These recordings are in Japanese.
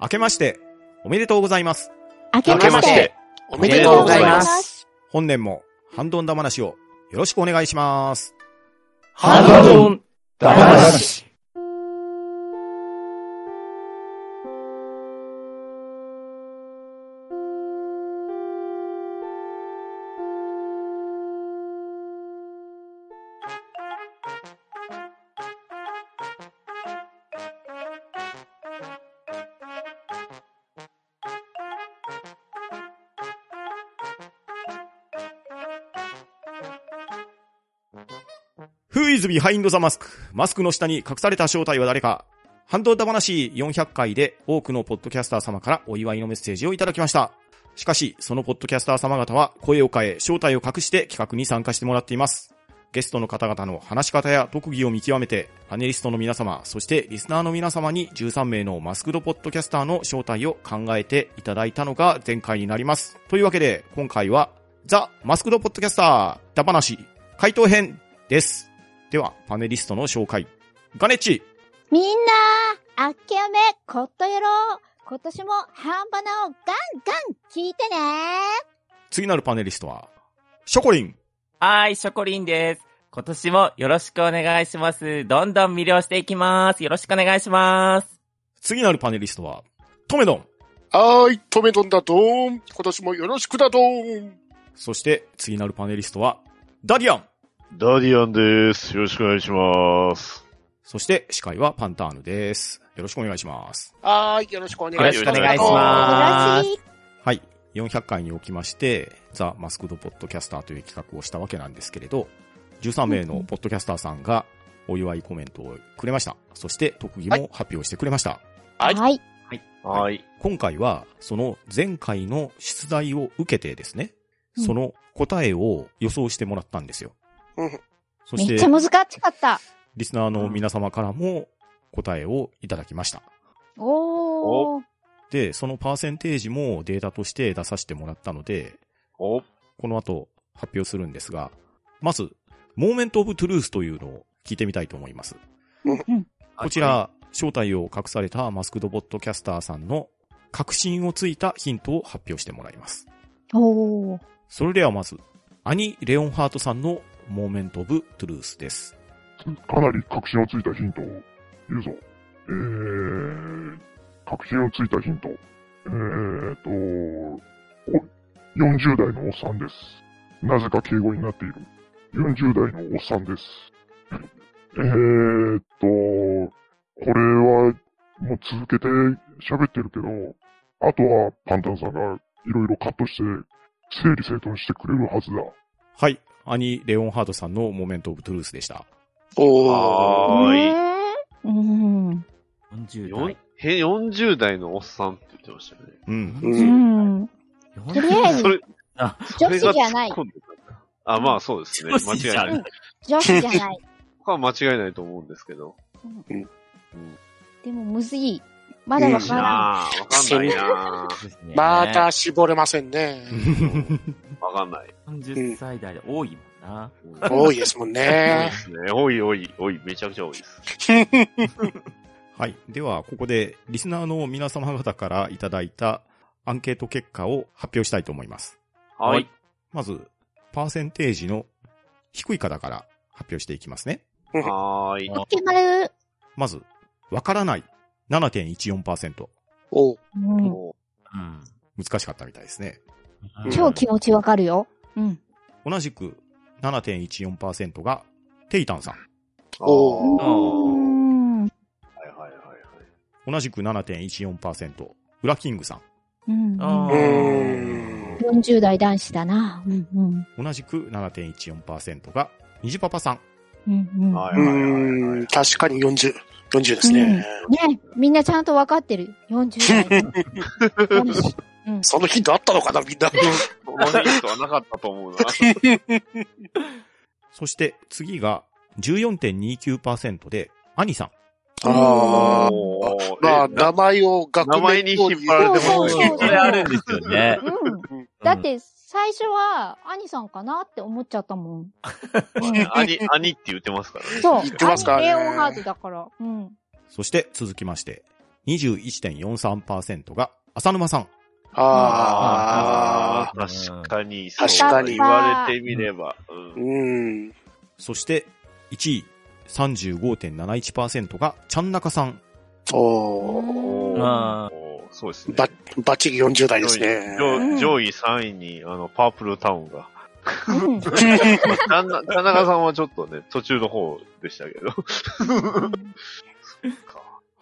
明けまして、おめでとうございます。明け明まけまししてて、お。めでとうございます本年も、ハンドンダ話をよろしくお願いします。ハンドンダ話。 Who is behind the mask? マスクの下に隠された正体は誰かハンドンダ話400回で多くのポッドキャスター様からお祝いのメッセージをいただきました。しかし、そのポッドキャスター様方は声を変え、正体を隠して企画に参加してもらっています。ゲストの方々の話し方や特技を見極めて、パネリストの皆様、そしてリスナーの皆様に13名のマスクドポッドキャスターの正体を考えていただいたのが前回になります。というわけで、今回は、ザ・マスクドポッドキャスター、ダ話、回答編です。では、パネリストの紹介。ガネッチみんな、明けおめ、ことよろ。今年も半端なをガンガン聞いてね。次なるパネリストは、ショコリンはい、ショコリンです。今年もよろしくお願いします。どんどん魅了していきます。よろしくお願いします。次なるパネリストは、トメドンはーい、とめどんだどーん。今年もよろしくだどーん。そして、次なるパネリストは、ダディアンダディアンです。よろしくお願いします。そして、司会はパンターヌです。よろしくお願いします。はーい、よろしくお願いしよまろす。しくお願いしよまろす。しい。はい。400回におきまして、ザ・マスクド・ポッドキャスターという企画をしたわけなんですけれど、13名のポッドキャスターさんがお祝いコメントをくれました。そして、特技も発表してくれました。はいはい。はい。今回は、その前回の出題を受けてですね、うんその答えを予想してもらったんですようん。そめしてっち、ゃ難しかった。リスナーの皆様からも答えをいただきました。おー。で、そのパーセンテージもデータとして出させてもらったので、お、この後発表するんですが、まず、モーメントオブトゥルースというのを聞いてみたいと思います。うん。こちら、正体を隠されたマスクドボットキャスターさんの確信をついたヒントを発表してもらいます。おー。それではまず、アニ・レオンハートさんのモーメント・オブ・トゥルースです。かなり確信をついたヒントを言うぞ。えー、確信をついたヒント。えーと、お40代のおっさんです。なぜか敬語になっている。40代のおっさんです。えーと、これはもう続けて喋ってるけど、あとはパンタンさんがいろいろカットして整理整頓してくれるはずだ。はい。アニ・レオンハートさんのモーメント・オブ・トゥルースでした。おー。はーい。い。うん。 40よん代。へ、40代のおっさんって言ってましたよね。うん。う。うんん。とりあえずそれ、そ女れ子がじゃない突っ。込んでたんだあ、まあそうですね。女子じ間ゃ違ないいない。女子じゃない。 ここは間違いないと思うんですけど。うんうん。でもむずい。まだわかならん。あ、わかんないなですねまた絞れませんね。あわかんない。 40歳代で多いもんな。うん多いですもん多 いねで。すね。多い多い多い。めちゃくちゃ多いです。 はい。では、ここで、リスナーの皆様方からいただいたアンケート結果を発表したいと思います。はい。まず、パーセンテージの低い方から発表していきますね。はーい。オッケーまる。まず、わからない7.14%。おううん。おうん。難しかったみたいですね。うん超気持ちわかるよ。うん。同じく7.14%が、テイタンさん。おうーん。はいはいはいはい。同じく7.14%、ウラキングさん。うん。あーん。 40代男子だな。うんうん。同じく7.14%が、ニジパパさん。うんうん。はういはいはいはいーん。。確かに40。40ですね。ねみんなちゃんとわかってる。40代。 男子うん。そのヒントあったのかな、みん な。このヒントはなかったと思うな。そして、次が14.29%で、アニさん。あおーあ。まあ、名前を学名前に引っ張られてますそうそうそうね。これあるんですよ ね。うん。だって、最初は、兄さんかなって思っちゃったも ん。兄、兄って言ってますからね。そう。言ってますからね兄レオンハートだから。うん。そして、続きまして、 21.43%が浅沼さん。ああ、確かに、確そうかに言われてみれば。うんうん。そして、1位、35.71%がちゃんなかさん。おーおあーそうですね。ば、ばっちり40代ですね。上位上位3位に、あの、パープルタウンが。うん田中田中さんはちょっと ね、途中の方でしたけど。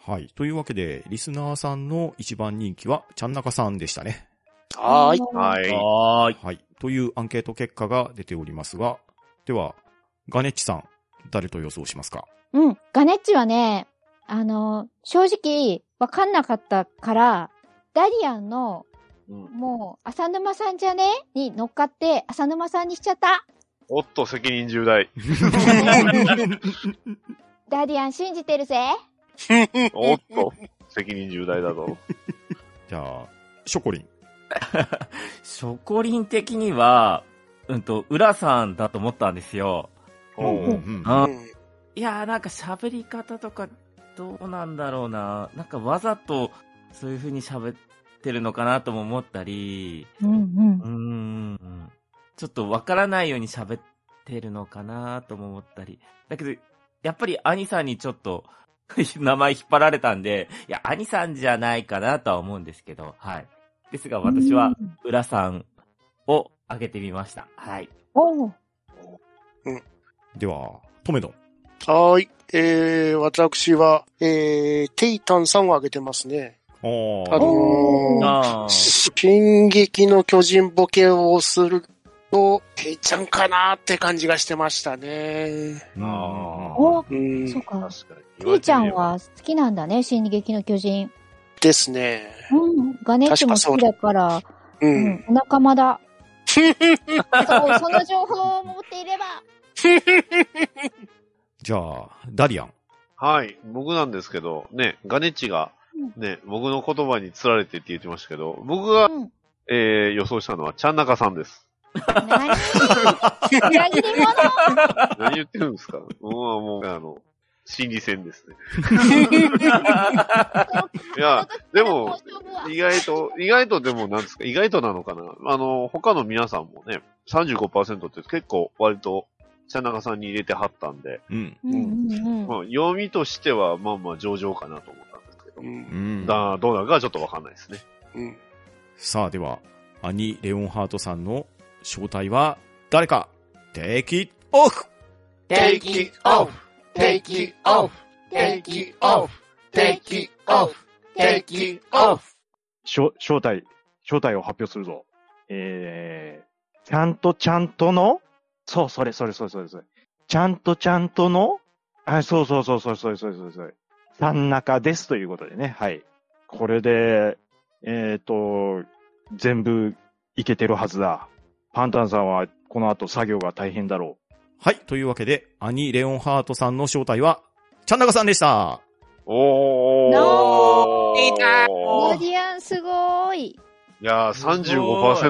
はい。というわけで、リスナーさんの一番人気はちゃんなかさんでしたね。はーい。はい。はーい。はい。というアンケート結果が出ておりますが、では、ガネッチさん、誰と予想しますかうん。ガネッチはね、あの、正直、わかんなかったから、ダリアンの、うんもう、浅沼さんじゃねに乗っかって、浅沼さんにしちゃった。おっと、責任重 大。ダリアン信じてるぜ。おっと、責任重大だぞ。じゃあ、ショコリン。 ショコリン的には、うんと、浦さんだと思ったんですよ。おううんうんあうんいやーなんか喋り方とか、どうなんだろうな。なんかわざと、そういう風に喋ってるのかなとも思ったり、うんうんうー。ん。ちょっとわからないように喋ってるのかなとも思ったり。だけど、やっぱり兄さんにちょっと、 名前引っ張られたんで、いや、兄さんじゃないかなとは思うんですけど、はい。ですが、私は、。浦さんを挙げてみました。はい。おう。では、トメドン。はーい。えー、私は、えー、テイタンさんを挙げてますね。ああのあーー、進撃の巨人ボケをすると、テイちゃんかなって感じがしてましたね。あおう。そうんか。確かに。ティちゃんは好きなんだね、進撃の巨人。ですね。うん。ガネッチも好きだから、う。うんん、お仲間だ。そう、その情報を持っていれば。じゃあ、ダリアン。はい。僕なんですけど、ね、ガネッチがうん、ね、僕の言葉に釣られてって言ってましたけど、僕が、うん。えー、予想したのは、ちゃんなかさんです。何裏切り者何言ってるんですか僕はもう、あの、心理戦ですね。 いや、でも、意外と、意外とでもなんですか、意外となのかな。あの、他の皆さんもね、35%って結構割と、茶中さんに入れてはったんで、うん。うんうんうん。まあ、読みとしては、まあまあ上々かなと思ったんですけど、うんうんだどうなるかはちょっとわかんないですね。うんさあ、では、アニ・レオンハートさんの正体は誰かテイキオフ Take it off, take it off, take it off, take it off, take it off. 正正体、正体を発表するぞ。えー、ちゃんとちゃんとの、そう、それ、それ、それ、それ、それ。ちゃんとちゃんとの、あ、そうそうそう、そう、それ、それ、それ、それ。さん中ですということでね、はい。これで、えっ、ー、と、全部いけてるはずだ。パンタンさんはこの後作業が大変だろはい。というわけで、アニ・レオンハートさんの正体は、ちゃんなかさんでした。おー。 No いオーディアンすごーい。やー、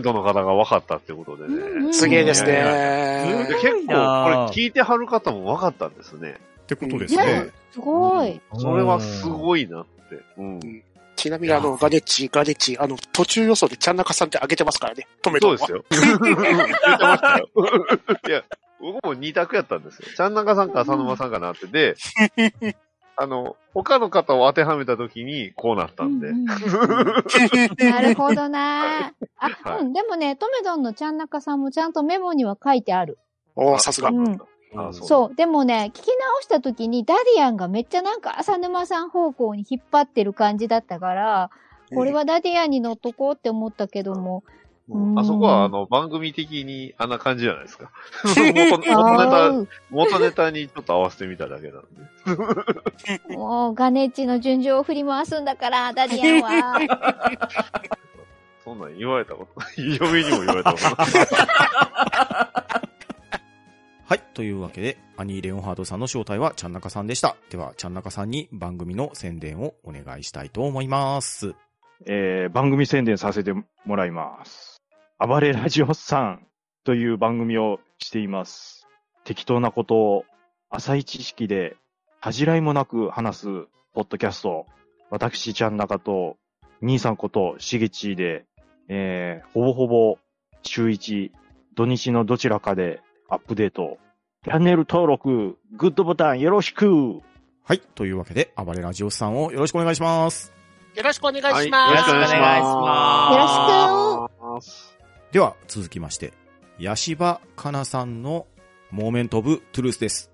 35%の方が分かったってことでね。うんうんすげえですいやいやねで。結構、これ聞いてはる方も分かったんですね。ってことですねね。すごい。それ はすごいなって。うん。ちなみにあの、ガネッチ、ガネッチ、あの、途中予想でちゃんなかさんって上げてますからね。止めそうですよ。言ってました よ。いや、僕も二択やったんですよ。ちゃんなかさんか浅沼さんかなって で、あの、他の方を当てはめたときにこうなったんで。うんうんなるほどなあ、はいうん。でもね、トメドンのちゃんなかさんもちゃんとメモには書いてある。おー、さすが。うんあう。そう。でもね、聞き直した時にダディアンがめっちゃなんか浅沼さん方向に引っ張ってる感じだったから、これはダディアンに乗っとこうって思ったけども。あそこは、あの、番組的にあんな感じじゃない ですか。 元元ネタ、う元ネタにちょっと合わせてみただけなんで。もうガネッチの順序を振り回すんだから、ダディアンは。そんなん言われたことない。嫁にも言われたことない。はい。というわけで、アニ・レオンハートさんの正体は、ちゃんなかさんでした。では、ちゃんなかさんに番組の宣伝をお願いしたいと思います。う。えー、番組宣伝させてもらいます。暴れラジオさんという番組をしています。適当なことを浅い知識で恥じらいもなく話すポッドキャスト。私、ちゃん中と、兄さんこと、しげちで、えー、ほぼほぼ、週一、土日のどちらかでアップデート。チャンネル登録、グッドボタンよろしくはい。というわけで、暴れラジオスさんをよろしくお願いします。 よろしくお願いしはまいよろす。しくお願いしますよろしくでは、続きまして、ヤシバカナさんのモーメントオブトゥルースです。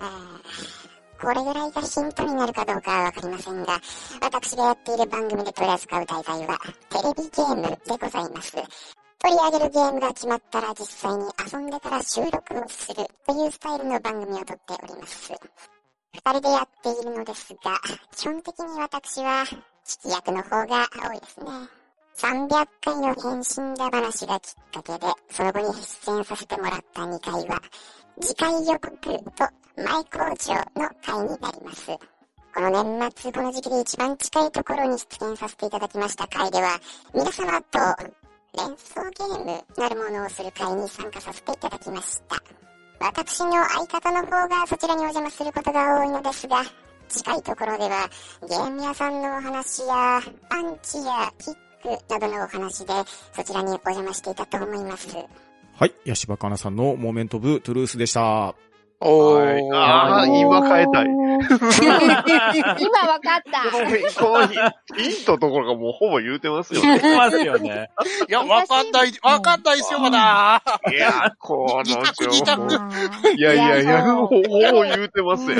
あーこれぐらいがヒントになるかどうかはわかりませんが、私がやっている番組で取り扱う大会は、テレビゲームでございます。取り上げるゲームが決まったら実際に遊んでから収録をするというスタイルの番組を撮っております。二人でやっているのですが、基本的に私は、聞き役の方が多いですね。300回の返信だ話がきっかけで、その後に出演させてもらった2回は、次回予告と前工場の回になります。この年末、この時期で一番近いところに出演させていただきました回では、皆様と連想ゲームなるものをする会に参加させていただきました。私の相方の方がそちらにお邪魔することが多いのですが、近いところではゲーム屋さんのお話や、パンチやキックなどのお話で、そちらにお邪魔していたと思います。はい。ヤシバカナさんのモーメントオブトゥルースでした。おはいあー今変えたい い。今わかった。このヒントところがもうほぼ言うてますよ言ね。ってますよね。 いや、わかんない、わかんないですよ、まだ。い や、この二択情二報択いやいやいや、そほうぼ言うてますよ。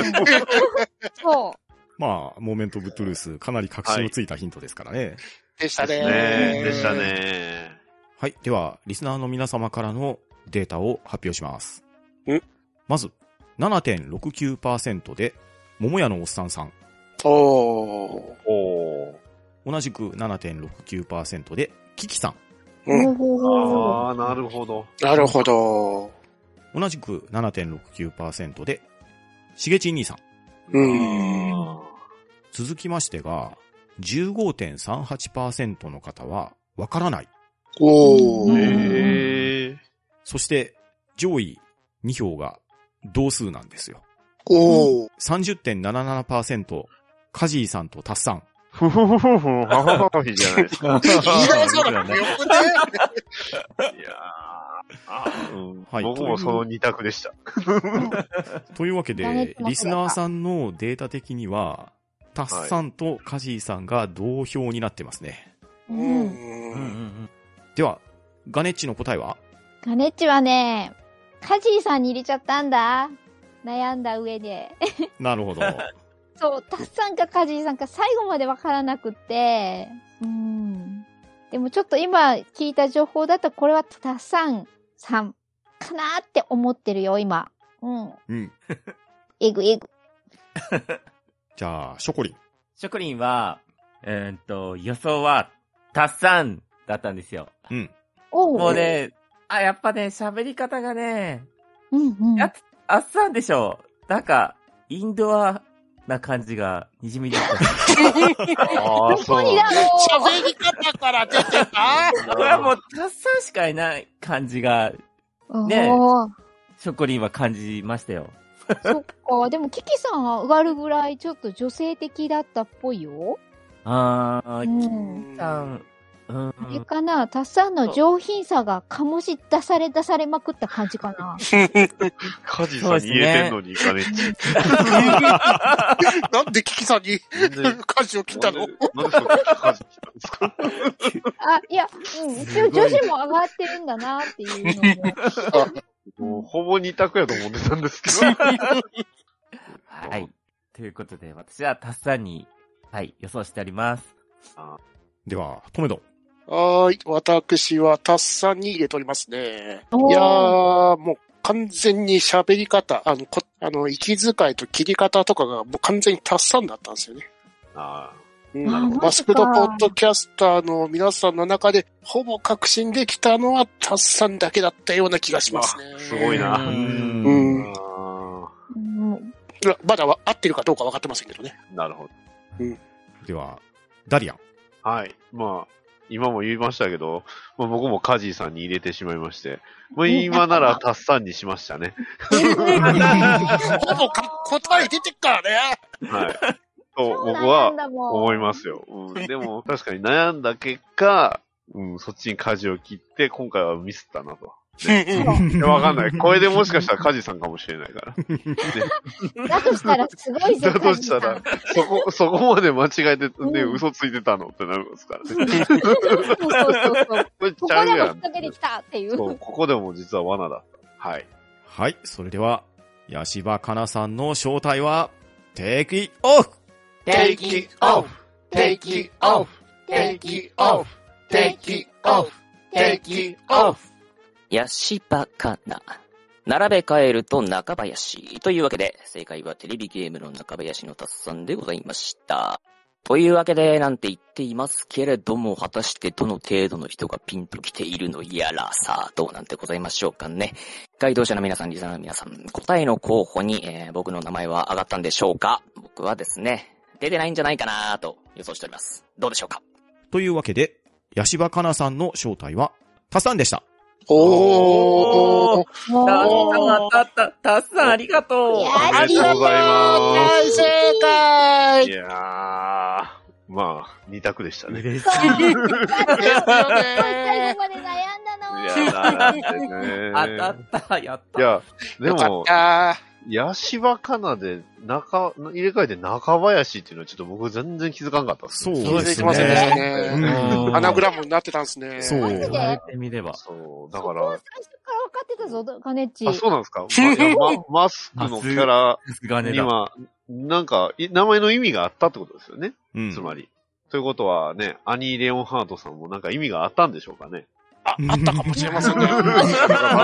そまあ、モーメントオブトゥルース、かなり確信をついたヒントですからね。でしたねねえ、でした。ね。はい。では、リスナーの皆様からのデータを発表します。んまず、7.69%で、桃屋のおっさんさん。おー。おー。同じく7.69%で、キキさん。う。うんおーあー、なるほど。なるほど。同じく7.69%で、しげち兄さん。うん。続きましてが、15.38%の方は、わからない。おうんー。えー。そして、上位2票が同数なんですよ。おー。 30.77%、カジーさんとタッさん。ふふふふふ、はははじゃないですか。 意外そうなよくね。いやーあーうんはい僕もその二択でした。というわけ何でと、なくリスナーさんのデータ的には、タッさんとカジーさんが同票になってますね。うん。うんうんうん。では、ガネッチの答えはガネッチはね、カジーさんに入れちゃったんだ。悩んだ上で。 なるほど。そう、タッさんかカジーさんか最後までわからなくって。うん。でもちょっと今聞いた情報だとこれはタッさんさんかなーって思ってるよ、今。うん。うん。えぐえぐ。 じゃあ、ショコリン。ショコリンは、えーっと、予想は、たっさんだったんですよ。うん。おうもう。ね、あ、やっぱね、喋り方がね、うんうん。やっあっさんでしょ。なんか、インドアな感じが、にじみ出てた。ああ、どこそうになんだろう喋り方から出てた。だこれはもう、たっさんしかいない感じが、ねえおーショコリンは感じましたよ。そっか。でも、キキさんは上がるぐらいちょっと女性的だったっぽいよ。あー、うん。きさん、うん。あれかな、たっさんの上品さが醸し出され出されまくった感じかな。カジさんに言えてんのにいかねっち。 なんでキキさんに全然舵を切ったのなんでなんでそんなカジ来たんで すかあ、いや、うん、一応女子も上がってるんだなっていうのも。もうほぼ二択やと思ってたんですけど。はい。ということで、私はたっさんに、はい、予想してあります。では、トメド。はーい。私はタッサンに入れておりますね。おーいやー、もう完全に喋り方、あの、こあの、息遣いと切り方とかがもう完全にタッサンだったんですよね。あうんあーマスクドマポジかッドキャスターの皆さんの中で、ほぼ確信できたのはタッサンだけだったような気がしますね。あ、すごいな。ううんんうんあうんまだわ合ってるかどうか分かってませんけどね。ーなるほど。 では、ダリアン。はい。まあ、今も言いましたけど、まあ、僕もカジーさんに入れてしまいまして、まあ、今ならタッサンにしま したね。ほぼか答え出てっからね。はい。と超僕悩んはだもん思いますよ。 うん、でも確かに悩んだ結果、うん、そっちに舵を切って、今回はミスったなと。 いやわかんない。これでもしかしたら梶さんかもしれないから。 ね、だとしたらすごいぜ。 だとしたカらジさん、そこ、 そこまで間違えて、ね、うん嘘ついてたのってなりますからね。そうそうそうそう。 これちここゃうでもやん。引っ掛けてきたっていう。そう、ここでも実は罠だった。はい。はい、それでは、ヤシバカナさんの正体は、テイクイオフ Take it off. Take it off. Take it off. Take it off. Take it off. ヤシバカナ。並べ替えると中林。というわけで、正解はテレビゲームの中林の達さんでございました。というわけで、なんて言っていますけれども、果たしてどの程度の人がピンと来ているのやら、さあ、どうなんてございましょうかね。該当者の皆さん、リザーの皆さん、答えの候補に、えー僕の名前は上がったんでしょうか僕はですね、出てないんじゃないかなと予想しております。どうでしょうかというわけで、ヤシバカナさんの正体は、タサンでした。おー。もうたったたった、たっさんありがとう。いやーおめでとうございます。大正解いやー、まあ、二択でしたね。そう最ね後まで悩んだのいや、だってね。当たった、やっいた。や、でよかもっ、た。ヤシバカナで、中、入れ替えて中林っていうのはちょっと僕全然気づかんかったっすねそう気づいてませんでしたね。うんアナグラムになってたんですね。そうマジで言われてみれば。そう、だそかこらは、最初から分かってたぞ、ガネッチ。あ、そうなんですか、まいや まマスクのキャラさすがねにだ。は、なんか、い名前の意味があったってことですよね。うんつまり。ということはね、アニー・レオンハートさんもなんか意味があったんでしょうかね。あ、あったかもしれませんね。ま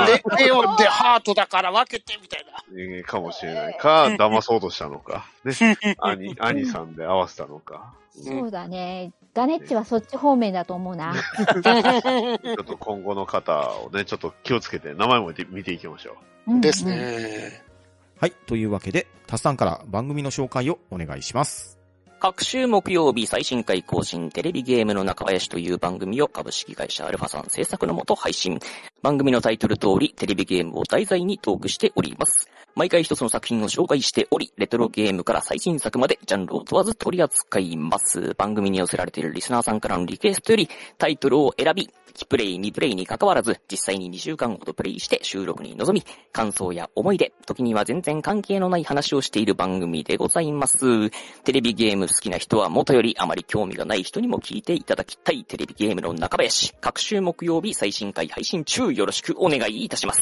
あレレオンでハートだから分けてみたいな。えーかもしれないか、騙そうとしたのか。ね。アニ、アニさんで合わせたのか。そうだね。ガネッチはそっち方面だと思う な。ちょっと今後の方をね、ちょっと気をつけて、名前も見て見ていきましょう。うんです。ね。はい、というわけで、タスさんから番組の紹介をお願いします。各週木曜日最新回更新テレビゲームの中林という番組を株式会社アルファさん制作のもと配信。番組のタイトル通りテレビゲームを題材にトークしております。毎回一つの作品を紹介しており、レトロゲームから最新作までジャンルを問わず取り扱います。番組に寄せられているリスナーさんからのリクエストよりタイトルを選び、キプレイ、未プレイに関わらず、実際に2週間ほどプレイして収録に臨み、感想や思い出、時には全然関係のない話をしている番組でございます。テレビゲーム好きな人はもとよりあまり興味がない人にも聞いていただきたいテレビゲームの中林。各週木曜日最新回配信中よろしくお願いいたします。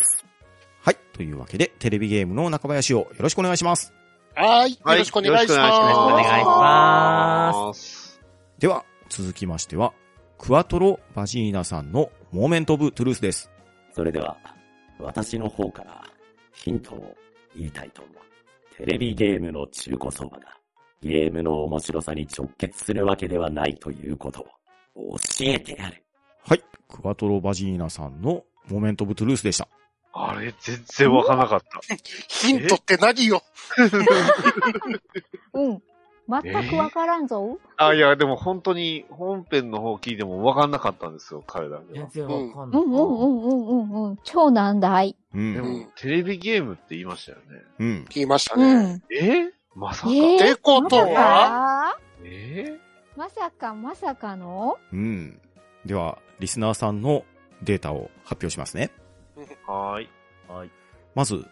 はい、というわけで、テレビゲームの中林をよろしくお願いします。はい。よろしくお願いします。よは。ろしくお願いしますでは、続きましては、クワトロ・バジーナさんのモーメント・オブ・トゥルースです。それでは、私の方からヒントを言いたいと思う。テレビゲームの中古そばが、ゲームの面白さに直結するわけではないということを教えてやる。はい、クワトロ・バジーナさんのモーメント・オブ・トゥルースでした。あれ、全然わからなかった。ヒントって何よ うん。全くわからんぞ。あ、いや、でも本当に本編の方聞いてもわかんなかったんですよ、彼らに全然わは。かんうない。んうんうんうんうんうん。超難題。うでん。も、テレビゲームって言いましたよね。うん。言いましたうね。ん。えまさか。えってことまさはかえまさかまさかのうん。では、リスナーさんのデータを発表しますね。はーい。はい。まず、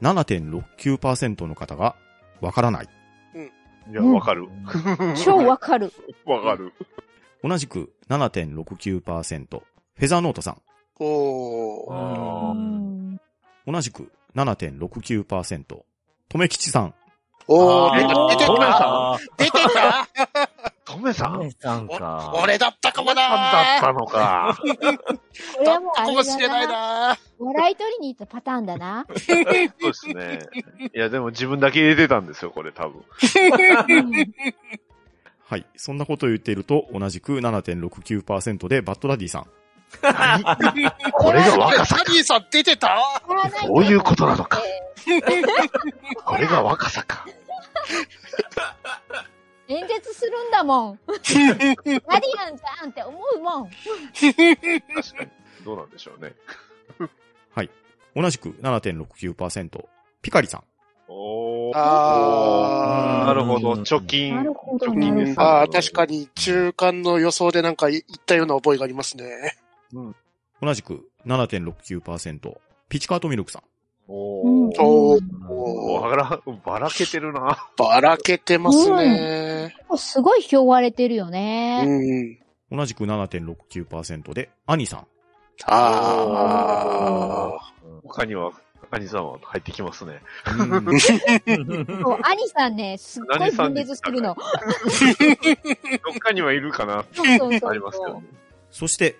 7.69%の方が、わからない。いや、うんわかる。 超わかる。わかる。同じく7.69%、フェザーノートさん。おー。うあん。同じく7.69%、とめきちさん。ーおー、出た、出てごめんた。さ出てたトメさー。ん姉さんか。お俺だったかもさんだっな たのか。これはもうあかれもしれないだな。な笑い取りに行ったパターンだな。そうですね。いや、でも自分だけ入れてたんですよ、これ多分。うんはい。そんなことを言っていると、同じく7.69%でバッドダディさん。これがこれ、若さサか。リーさん出てたそういうことなのか。これが若さか。演説するんだもん。マリアンじゃんって思うもん。確かに。どうなんでしょうね。同じく7.69%、ピカリさん。おー。あーなるほど。うん貯金。なるほど貯金ですね。。ねああ、確かに中間の予想でなんか言ったような覚えがありますね。同じく7.69%。ピチカートミルクさん。おうんー。おおおばら、ばらけてるな。ばらけてますね。すごい票割れてるようね。ん。同じく7.69%で、アニさん。ああ。他には、兄さんは入ってきますね。 そう、アニさんね、すっごい分裂してるの。どっかにはいるかな、そうそうそありうますけどそね。そして、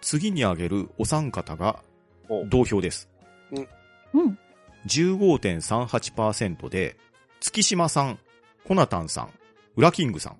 次に挙げるお三方がお、同票です。う。うん。 15.38%で、月島さん、コナタンさん、ウラキングさん。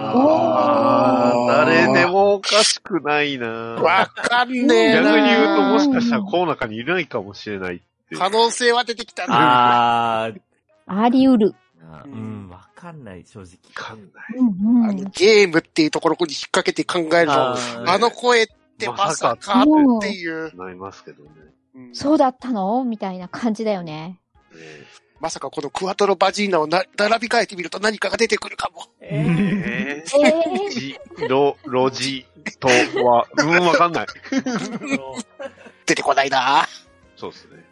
ああーあ。誰で。もおかしくないなわかんねえ逆な。に言うともしかしたらこの中にいないかもしれない。可能性は出てきたな。あーあり得る。あー、うん、わかんない、正直。わかんない。うんうん。ゲームっていうところに引っ掛けて考えるあと、ーあの声ってまさかっていう。なりますけどね。うんそうだったのみたいな感じだよね。えまさかこのクワトロバジーナをな並び替えてみると何かが出てくるか も。ええー、じ、ろ、ろじ、と は、うん、わかんない。出てこないな。そうですね。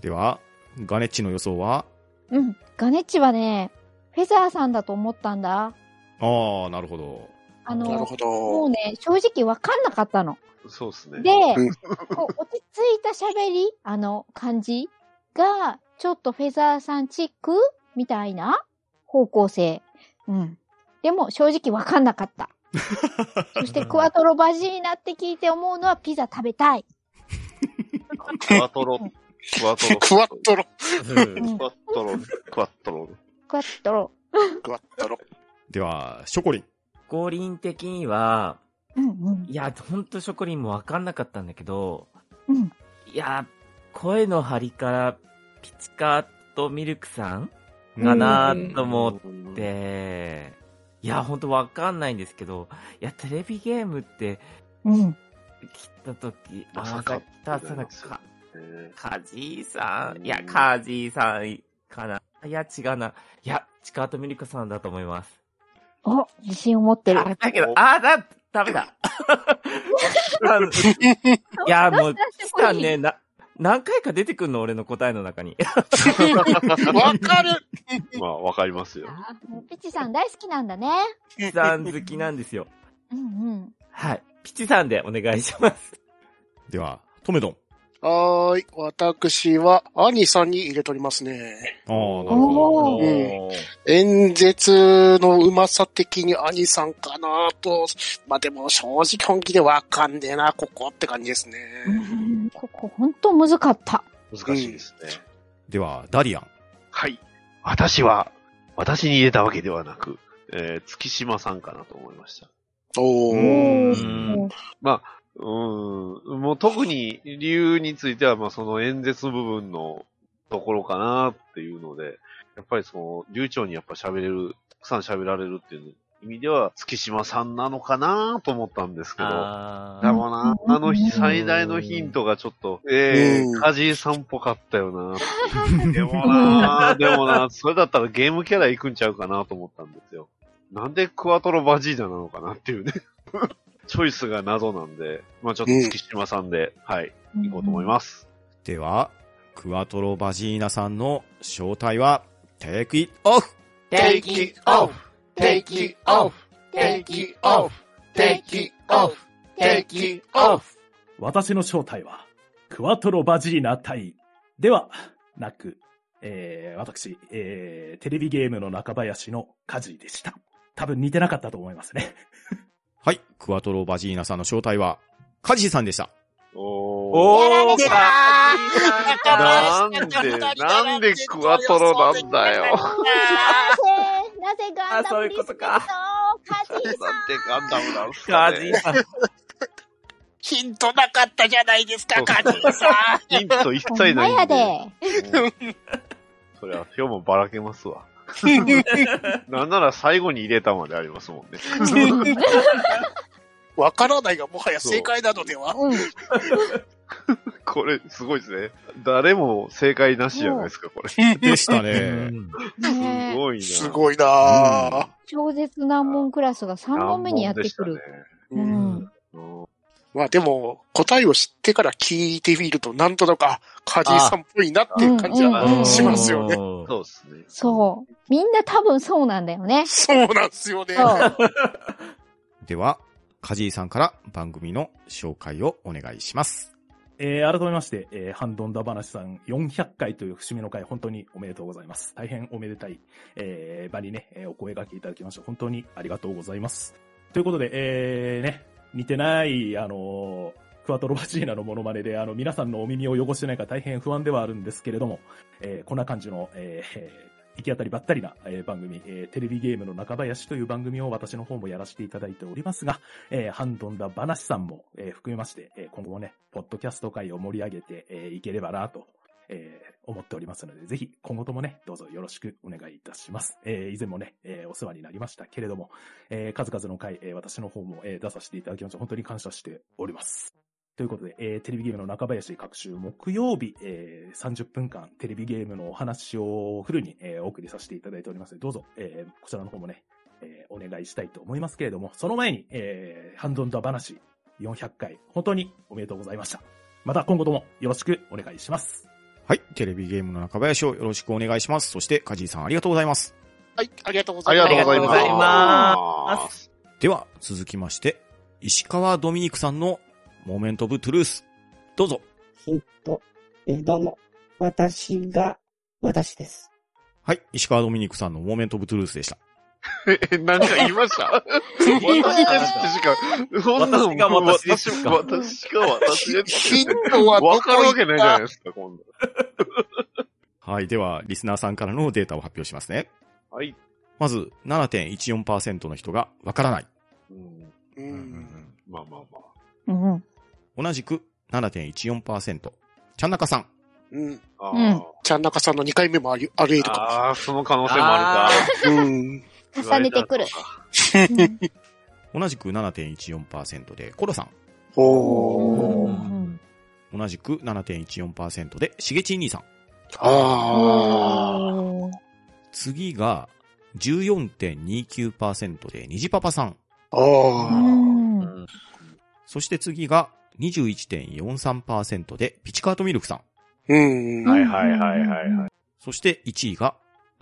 では、ガネッチの予想はうん。ガネッチはね、フェザーさんだと思ったんだ。あー、なるほど。あなるの、ほもど。うね、正直わかんなかったの。そうですね。で、うんこう落ち着いた喋り、 あの感じが、ちょっとフェザーさんチックみたいな方向性。うん。でも正直わかんな かった。そしてクワトロバジーナって聞いて思うのはピザ食べたい。クワ トロ、クワトロ、クワトロ。うんクワトロ、クワトロ。クワトロ。クワトロ。では、ショコリン。五輪的には、うんうん。いや、ほんとショコリンもわかんなかったんだけど、うん。いや、声の張りから、ピチカートミルクさんかなと思って、いや、ほんとわかんないんですけど、いや、テレビゲームって、うん。切った時、まさあかさたさなか、えカジーさん。いやう、んカジーさんかな。いや、違うな。いや、チカートミルクさんだと思います。お、自信を持ってる。あ、だけど、あ、だ、ダメだ。あの いや、もう、チカね、な、何回か出てくんの俺の答えの中に。 わかるー まあ、わかりますよ。あもうピチさん大好きなんだね。ピチさん好きなんですよ。うんうん。はい。ピチさんでお願いします。では、トメドン。はーい。私は、兄さんに入れとりますね。あー、なるほど。おー演説のうまさ的に兄さんかなと。まあでも正直本気でわかんねえな、ここって感じですね。うんここほんとむずかった。難しいですね。では、ダリアン。はい。私は、私に入れたわけではなく、えー、月島さんかなと思いました。おうー。んうんうーん。もう特に理由については、まあその演説部分のところかなっていうので、やっぱりその、流暢にやっぱ喋れる、たくさん喋られるっていう意味では、月島さんなのかなと思ったんですけど、あでもな、あのう日ん最大のヒントがちょっと、えうー、んカジーさんっぽかったよ なでもな、でもな、それだったらゲームキャラ行くんちゃうかなと思ったんですよ。なんでクワトロバジーナなのかなっていうね。 チョイスが謎なんで、まあちょっと月島さんで、はい、行こうと思います。では、クワトロバジーナさんの正体は、テイクイットオフ Take it off, take it off, take it off, take it off, take it off. 私の正体は、クワトロバジーナ対、ではなく、えー、私、えー、テレビゲームの中林のカジーでした。多分似てなかったと思いますね。はい、クワトロバジーナさんの正体は、カジーさんでした。おー。やられ出たたなんで、なんでクワトロなんだよ。なぜ、 なぜガンダムリスペクト をカジーさんなんでガンダムなんすーカかジねー。さん。ヒントなかったじゃないですか、カジさん。ヒント一ほ切んまないやんで。で。そりゃ、今日もばらけますわ。なんなら最後に入れたまでありますもんね。 わからないが、もはや正解なのでは。うん。これ、すごいですね。誰も正解なしじゃないですか、これ。でしたうね。ん すねごいな。すごいなぁ。超絶難問クラスが3難問目にやってく問でるし。たねうん。まあでも、答えを知ってから聞いてみると、なんとなく、あ、カジーさんっぽいなっていう感じうんうんうはんしますよね。おーそうですね。そう。みんな多分そうなんだよね。そうなんですよね。そう。では、梶井さんから番組の紹介をお願いします。えー改めまして、えーハンドンダ話さん400回という節目の回、本当におめでとうございます。大変おめでたい、えー場にね、えーお声掛けいただきまして、本当にありがとうございます。ということで、えーね、似てない、あのークワトロバジーナのモノマネで、あの、皆さんのお耳を汚してないか大変不安ではあるんですけれども、えーこんな感じの、えーえー行き当たりばったりな、えー番組、えーテレビゲームの中林という番組を私の方もやらせていただいておりますが、えーハンドンダ話さんも、えー含めまして、えー今後もね、ポッドキャスト界を盛り上げて、えーいければなと、えー思っておりますので、ぜひ今後ともね、どうぞよろしくお願いいたします。えー以前もね、えーお世話になりましたけれども、えー数々の回、えー私の方も、えー出させていただきまして、本当に感謝しております。ということで、えーテレビゲームの中林各週木曜日、えー30分間テレビゲームのお話をフルに、えーお送りさせていただいておりますので、どうぞ、えーこちらの方もね、えーお願いしたいと思いますけれども、その前に、えーハンドンダ話400回、本当におめでとうございました。また今後ともよろしくお願いします。はい。テレビゲームの中林をよろしくお願いします。そして、梶井さんありがとうございます。はい、ありがとうごあざいります。がとうございありがとうございま。ますでは、続きまして、石川ドミニクさんのモメント・オブ・トゥルース。どうぞ。えっと、えどうも、私が、私です。はい。石川ドミニクさんのモメント・オブ・トゥルースでした。え、なんか言いました 私ですってしか、そんなの私が私ですか私が私ですヒって。ントはどこわかるわけないじゃないいですか、今度。はい。では、リスナーさんからのデータを発表しますね。はい。まず、7.14%の人がわからない。うんううんうんん。うんまあまあまあ。うん。同じく7.14%。ちゃんなかさん。うん。あうんーちゃんなかさんの2回目もあり、ありえるか。あー、その可能性もあるうん。か。重ねてくる。うん同じく7.14%でコロさん。おー。うん同じく7.14%でしげちん兄さん。あおー次が14.29%でにじパパさん。あ。あうあ。んそして次が21.43%でピチカートミルクさん。うん。はいはいはいはいはい。そして1位が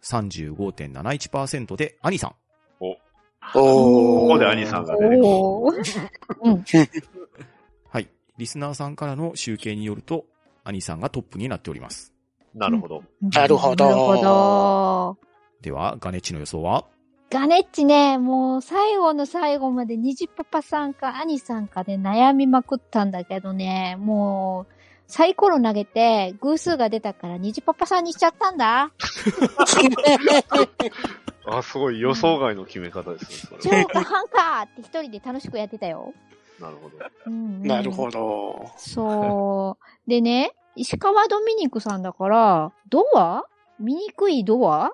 35.71%でアニさん。おー。ここで兄さんが出てくる。おー はい。リスナーさんからの集計によると、アニさんがトップになっております。なるほど。 なるほどなるほど。では、ガネッチの予想はガネッチね、もう最後の最後までニジパパさんか兄さんかで悩みまくったんだけどね、もうサイコロ投げて偶数が出たからニジパパさんにしちゃった んだ。あ、すごい予想外の決め方ですね、そ超れ。過半かって一人で楽しくやってたよ。なるほど。うんうんなるほど。そう。でね、石川ドミニクさんだから、ドア醜いドアっ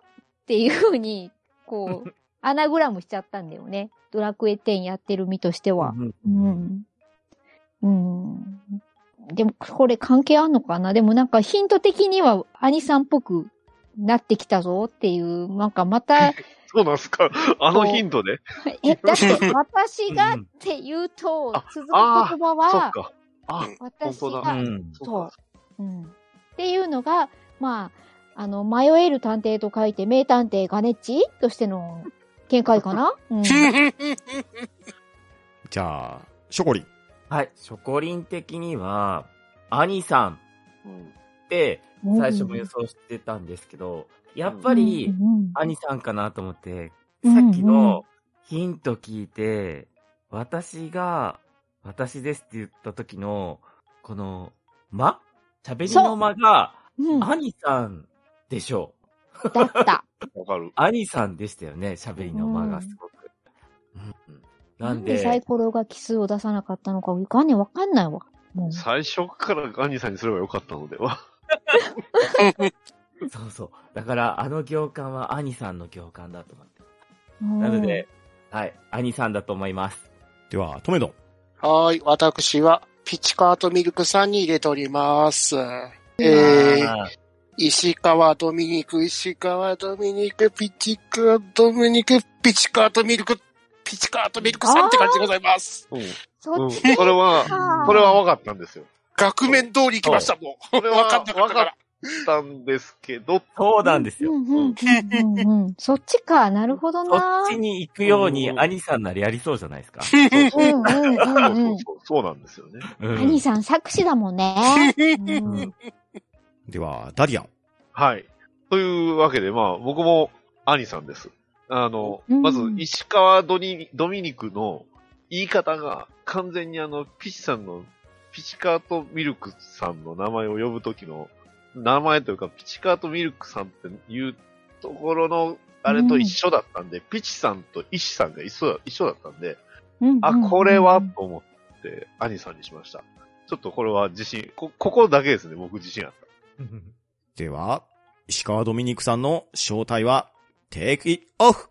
ていうふうに、こ う、アナグラムしちゃったんだよね。ドラクエ10やってる身としては。うん。うん。でも、これ関係あんのかなでもなんかヒント的には兄さんっぽくなってきたぞっていう、なんかま た、そうなんすかあのヒントでえ、だって私がって言うとあ、続く言そ葉はっ、か。あ、本私当だが、うんそっか。そう。うん。っていうのが、まあ、あの、迷える探偵と書いて、名探偵ガネッチとしての見解かなうん。じゃあ、ショコリン。はい、ショコリン的には、兄さんって最初も予想してたんですけど、やっぱりうん兄さんかなと思って、うんさっきのヒント聞いて、私が私ですって言った時の、この、間喋りの間が、うん、だ兄さんでしょう。った。わかる。兄さんでしたよね、喋りの間がすごく。うんうんななんんで、でサイコロが奇数を出さなかったのか、いかんねわかんないわ。もう最初からガニさんにすればよかったのでは。 そうそう。だから、あの行間は兄さんの行間だと思って。うんなので、はい、兄さんだと思います。では、トメドン。はーい、私は、ピチカートミルクさんに入れております。えー、あー石川ドミニク、石川ドミニク、ピチカードミニク、ピチカートミルク、ピチカートミルクさんって感じでございます。うん。そうんっちこれはか、これは分かったんですよ。額面通り行きました、もう。これはわかんなかっ分たかかっら。たんですけど、そうなんですよ。うんうんうんうんうん。そっちか。なるほどそな。っちに行くように、うんアニさんならやりそうじゃないですか。そうそううんうんうん。そううんそうそうなんですよね。う兄ん。さん作詞だもんね。ううんんでは、ダリアン。はい。というわけで、まあ、僕も、兄さんです。あの、うんまず、石川ドニドミニクの言い方が、完全にあの、ピチさんの、ピチカートミルクさんの名前を呼ぶときの、名前というか、ピチカートミルクさんっていうところの、あれと一緒だったんで、ピチさんと石さんが一緒だ一緒だったんで、うんあ、これは、と思って、兄さんにしました。ちょっとこれは自信、こ、ここだけですね、僕自信あった。では、石川ドミニクさんの正体は、Take it off!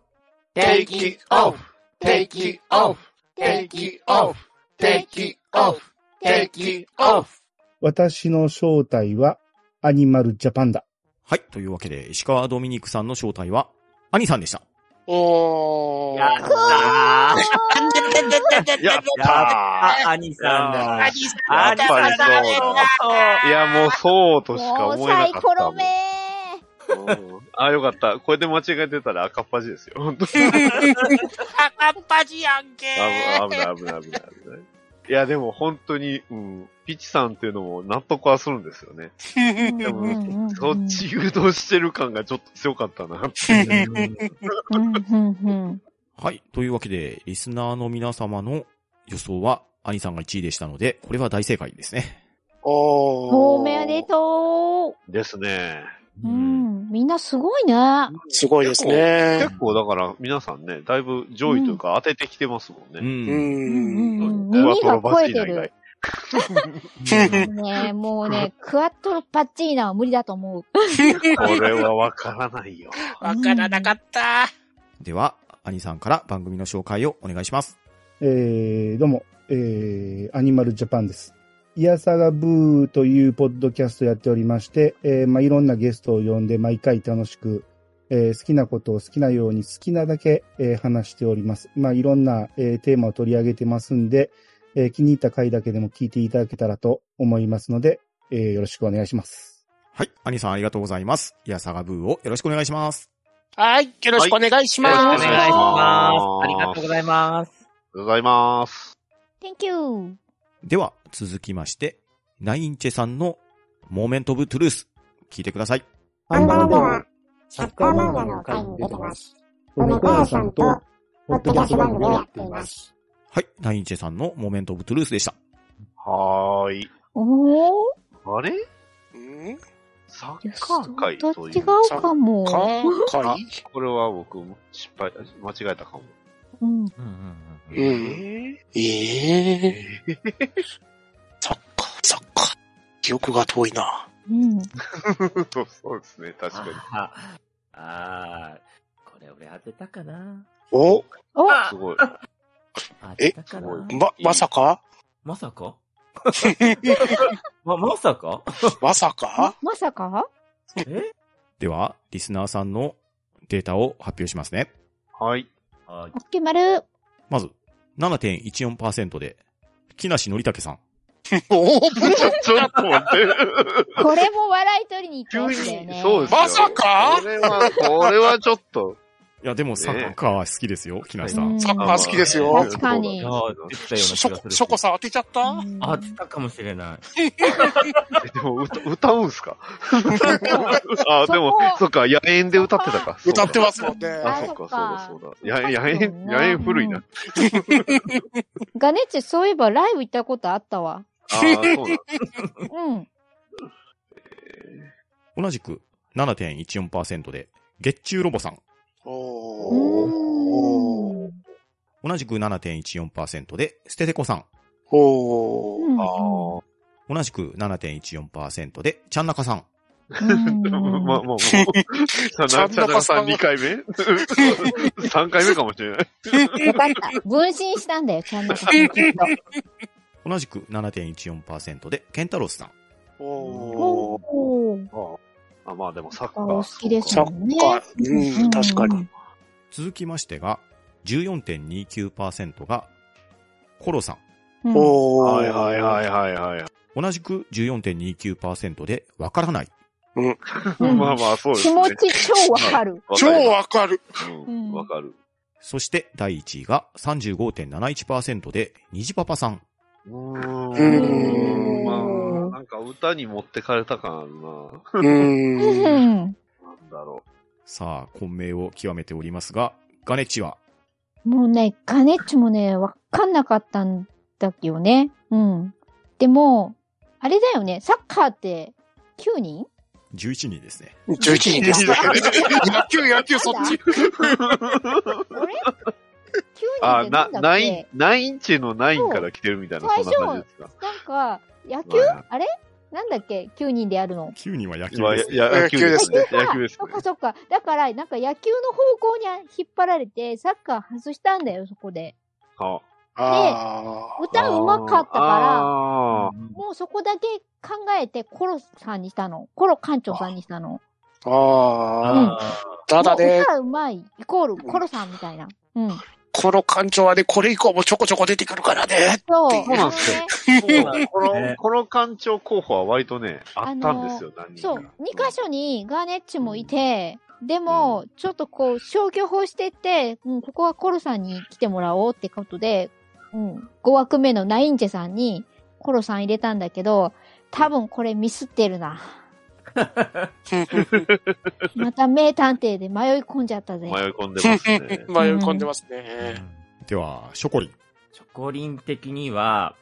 Take it off, take it off, take it off, take it off, take it off. 私の正体はアニマルジャパンだ。はい。というわけで、石川ドミニクさんの正体は、兄さんでした。おー。やったーやっやったたアニ Ah, さんだ。あアーニやっぱりそういや、もうそうとしかもう思えなサイかった。コロめうんあ、よかった。これで間違えてたら赤っ端ですよ。本当に。赤っ端やんけ危ない、危ない、危ない、危ない。いや、でも本当に、うん、ピチさんっていうのも納得はするんですよね。ーでもうんうんうんそっち誘導してる感がちょっと強かったなって。うんうんうんはい。というわけで、リスナーの皆様の予想は、兄さんが1位でしたので、これは大正解ですね。おおめでとですね。う。うん。みんなすごいね。あすごいですね。結構だから皆さんね、だいぶ上位というか当ててきてますもんね。う。うんん。うんクワトロ耳がバ肥チえーナて以外る。ねもうね、クワットロパッチーナは無理だと思う。これはわからないよ。わからなかった。では、兄さんから番組の紹介をお願いします。えー、どうも、えー、アニマルジャパンです。イヤサガブーというポッドキャストやっておりまして、えー、まあ、いろんなゲストを呼んで毎回楽しく、えー好きなことを好きなように好きなだけ、えー話しております。まあ、いろんな、えーテーマを取り上げてますんで、えー気に入った回だけでも聞いていただけたらと思いますので、えーよろしくお願いします。はい。兄さんありがとうございます。いや、サガブーをよろしくお願いします。はい、よろしくお願いしよろしくお願まいします。す。ありがとうございます。ございます。 Thank you! では、続きまして、ナインチェさんの、モーメント・オブ・トゥルース。聞いてください。こんばんではは。、サッカー漫画の会に出てます。梅川さんと、ポッドキャスト番組をやっています。はい。ナインチェさんのモーメント・オブ・トゥルースでした。はーい。おーあれうんサ予ッカ想ー会ととい違う。うかも。今あ回これは僕、失敗、間違えたかも。うん。うんうんうんうえん。ーええそっか、そっか。記憶が遠いな。うん。そう そうですね、確かに。ああー、これ俺当てたかなおおすごい。当てたかなえすまま、まさかまさ かま、まさかまさまかまさかえでは、リスナーさんのデータを発表しますね。はい。あオッケー丸。まず、7.14%で、木梨憲武さん。おおちょ、ちょっと待って。これも笑い取りに行って急まにしたよね。、そうですよまさかこれは、これはちょっと。いや、でもサッカーは好きですよ、木梨さ。うんんサッカー好きですよ確かいいにややー、出てたようなシ気ョがすコ、る。ショコさん当てちゃったうあんあ、出たかもしれない。でも、歌、歌うんすか あ、でもそこ、そっか、野縁で歌ってたか。そうだ歌ってますもんね。あ、そっそっかか、そうだ、そうだ。野縁、野縁、野縁古いな。ガネッチ、そういえばライブ行ったことあったわ。あー、そう なんだ。うん。同じく、7.14%で、月中ロボさん。うおーーん。同じく7.14%で、ステテコさん。おうんー。あ同じく7.14%で、ちゃんなかさん。あ、まあまあ、うもう。ちゃな、ちゃちゃんななかかささんん2回 目 ?3 回目かもしれない。ん。よかった。分身したんだよ、ちゃんなかさんきっと。同じく7.14%で、ケンタロスさん。おー。おあまあでもサッカおー。好きですサもッんね。カー。うん、確かに。続きましてが、14.29%が、コロさん。うんおー。はいはいはいはいはい。同じく14.29%で、わからない。うん、まあまあそうです気ね。持ち超わかる。超わかる。うん、わかる。そして、第1位が35.71%で、ニジパパさん。うーん。まあ、なんか歌に持ってかれた感あるな。うんなんん。だろさあ、混迷を極めておりますが、ガネッチは、もうね、ガネッチもね、わかんなかったんだけどね。うん。でも、あれだよね、サッカーって9人11人ですね。 11人ですね 野球、野球、そっち。あ、な、なんだっけナイン、ナインチェのナインから来てるみたいな、最そん初な感じですか。なんか、野球、はいはいあれなんだっけ ?9 人でやるの。 9人は野球まあです、ね。やや野球です ね。あ野球ですそっね。かそっか。だから、なんか野球の方向に引っ張られて、サッカー外したんだよ、そこで。はあー歌うまかったから、あもうそこだけ考えて、コロさんにしたの。コロ館長さんにしたの。ああー。ただもうね、歌うまい、イコール、コロさんみたいな。うん。この館長はね、これ以降もちょこちょこ出てくるからね。そう。そうなんですよ。この、ねこの館長候補は割とね、あったんですよ、何人そう、か。 2箇所にガーネッチもいて、でも、ちょっとこう、消去法してって、うん、ここはコロさんに来てもらおうってことで、うん、5枠目のナインチェさんにコロさん入れたんだけど、多分これミスって るな。また名探偵で迷い込んじゃったぜ。迷い込んでます ね。迷い込んでますね。 では、ショコリン。チョコリン的には、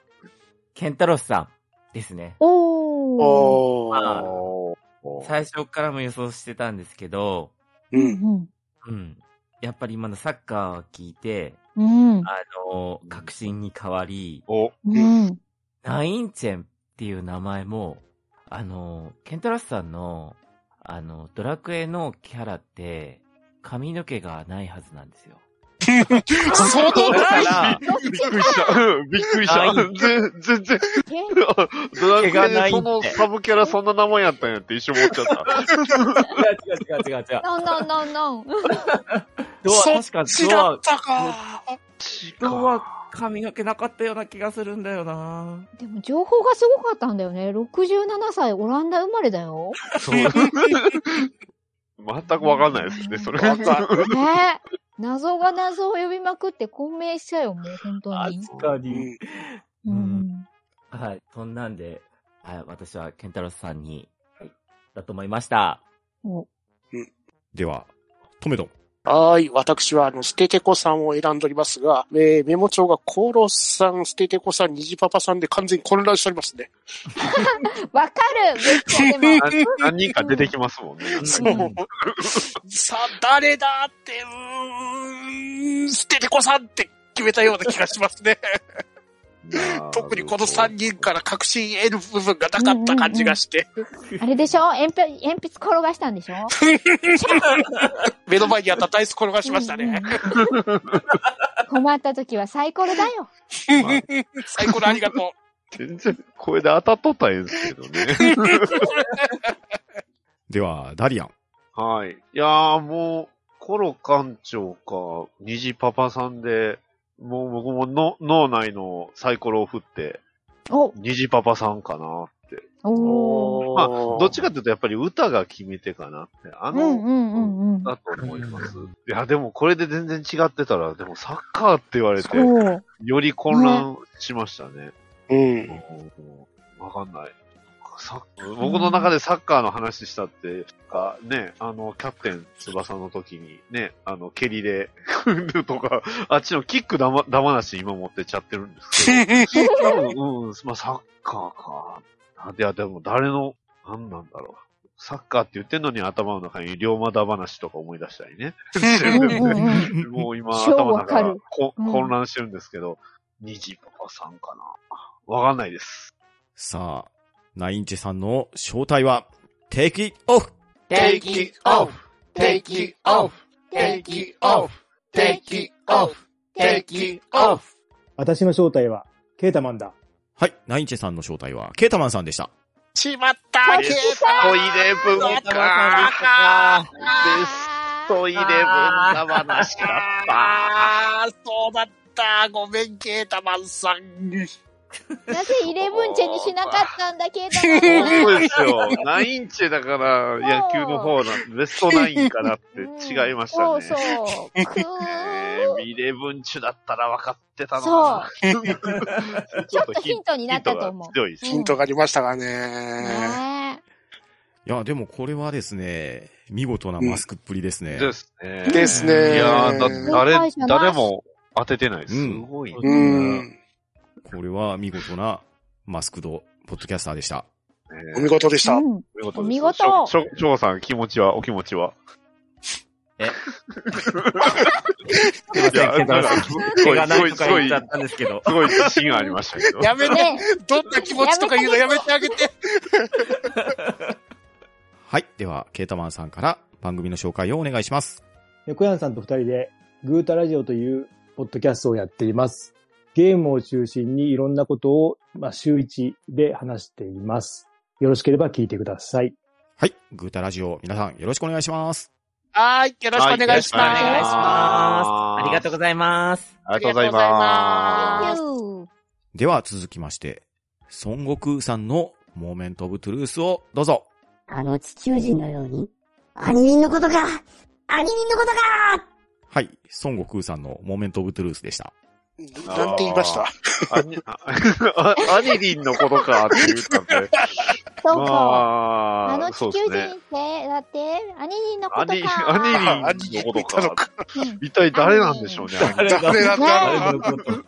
ケンタロスさんですね。おー。おまあおー最初からも予想してたんですけど、うん。うん。やっぱり今のサッカーを聞いて、うん。あの、確信に変わり、おうん。ナインチェンっていう名前も、あの、ケンタロスさんの、あの、ドラクエのキャラって、髪の毛がないはずなんですよ。相当だかないら、びっくりした。うんびっくりした。ナイぜ全然、けドラクエ毛がないってでそのサブキャラそんな名前やったんやって一瞬思っちゃった。違う違う違う違う違う。ノンノンノンノン。 ドア、確かちドだアっ、たか。ドア髪の毛なかったような気がするんだよなでも情報がすごかったんだよね。67歳、オランダ生まれだよ。全くわかんないですね、それ。わかる ねえ。謎が謎を呼びまくって混迷しちゃうよ、もう本当に。確かう。んううんん。はい。そんなんで、はい、私はケンタロスさんに、はい、だと思いました。おでは、トメドン。はーい。私は、あの、ステテコさんを選んでおりますが、えーメモ帳がコーロさん、ステテコさん、ニジパパさんで完全に混乱しておりますね。 わか るめっちゃでも。何何人か出てきますもんね。そううん。さあ、誰だって、うーん、ステテコさんって決めたような気がします ね。特にこの3人から確信得る部分がなかった感じがして、あれでしょ鉛筆、鉛筆転がしたんでしょ目の前にあったダイス転がしましたね。うんうん。困った時はサイコロだ よ。最高のありがと全然、声で当たっとったらええんですけどね。では、ダリアン。はい。いやーもう、コロ館長か、虹パパさんで、もう僕もの脳内のサイコロを振って、お虹パパさんかなって。おー。う。まあ、どっちかっていうとやっぱり歌が決め手かなって。あうの、んうんうんうん。だと思います。いや、でもこれで全然違ってたら、でもサッカーって言われて、そう。より混乱しましたね。うん。わかんない。サッ僕の中でサッカーの話したって、かね、あの、キャプテン翼の時に、ね、あの、蹴りで、 とか、あっちのキックだま、だまなし今持ってっちゃってるんですけど、多 分、うん、まあ、サッカーか。あいや、でも誰の、なんなんだろう。サッカーって言ってんのに頭の中に龍馬だ話とか思い出したりね。うんうんうん。もう今超頭のわか中がるこうん混乱してるんですけど、ニジパパさんかなわかんないです。さあ、ナインチェさんの正体は、テイキオフ Take it off, take it off, take it off, take it off, take it off. 私の正体は、ケータマンだ。はい。ナインチェさんの正体は、ケータマンさんでした。しまったベケースタトイレブンか。ベストイレブンな話だった。あー、そうだった。ごめん、ケータマンさん。なぜイレブンチェにしなかったんだ、ケータマンさんそうです よ。ナインチェだから野球の方なん、ベストナインかなって違いましたそうね。そう。くえー、イレブンチュだったら分かってたのそかう。な。ちょっとヒントになったと思う。強いですヒントがありましたがね。ねいや、でもこれはですね、見事なマスクっぷりですね。ですね。ですねいやーだ正解誰じゃ、ない誰も当ててないです。うすんごいね。うん。これは見事なマスクド、ポッドキャスターでした。 お見事でした。うん。見事おです見しょ事。しょしょうさん、気持ちは、お気持ちは。すいません、いやケンタロウさん。すごい手がないとすかごい言っちゃったんですけど。すごい自信がありましたけど。やめて、ねどんな気持ちとか言うのやめてあげて。はい。では、ケータマンさんから番組の紹介をお願いします。猫やんさんと二人で、グータラジオというポッドキャストをやっています。ゲームを中心にいろんなことを、まあ、週一で話しています。よろしければ聞いてください。はい。グータラジオ、皆さんよろしくお願いします。はい、よろしくお願いします。はいよろしくお願いしますありがとうございます。ありがとうございま Thank you. では、続きまして、孫悟空さんのモーメントオブトゥルースをどうぞ。あの地球人のように、アニミンのことかアニミンのことかはい。孫悟空さんのモーメントオブトゥルースでした。なんて言いましたす。アニあアニリンのことかって言ったんで。そうか。ああのそ地うで球す人ねって、だって、兄 貴のアことニ、か。アニリンのことか。うん一体誰なんでしょうね。誰なんだろう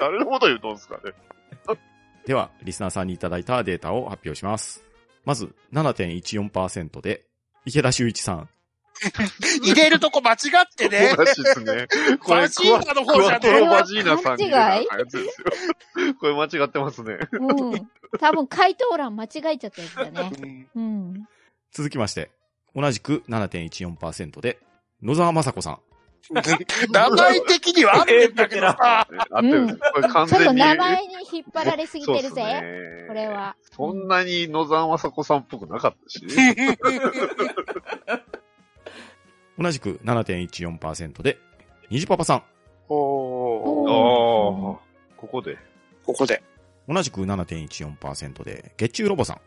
誰のこと言うとんすかね。 では、リスナーさんにいただいたデータを発表します。まず、7.14%で、池田修一さん。入れるとこ間違って ね。同じですね。これ、バジーナの方じゃねえクワトロバジーナさんに。勘違いやつですよ。これ間違ってますね。うん。多分回答欄間違えちゃったやつだね。うんうん。続きまして、同じく7.14%で、野沢雅子さん。名前的には合ってんだけどさ。あってるんですよこれ完ちょ全っに。と名前に引っ張られすぎそうてっるすぜ。ねこれ。は。そんなに野沢雅子さんっぽくなかったしね。同じく7.14%で、にじパパさん。おあーあー、ここで。ここで。同じく7.14%で、月中ロボさん。あ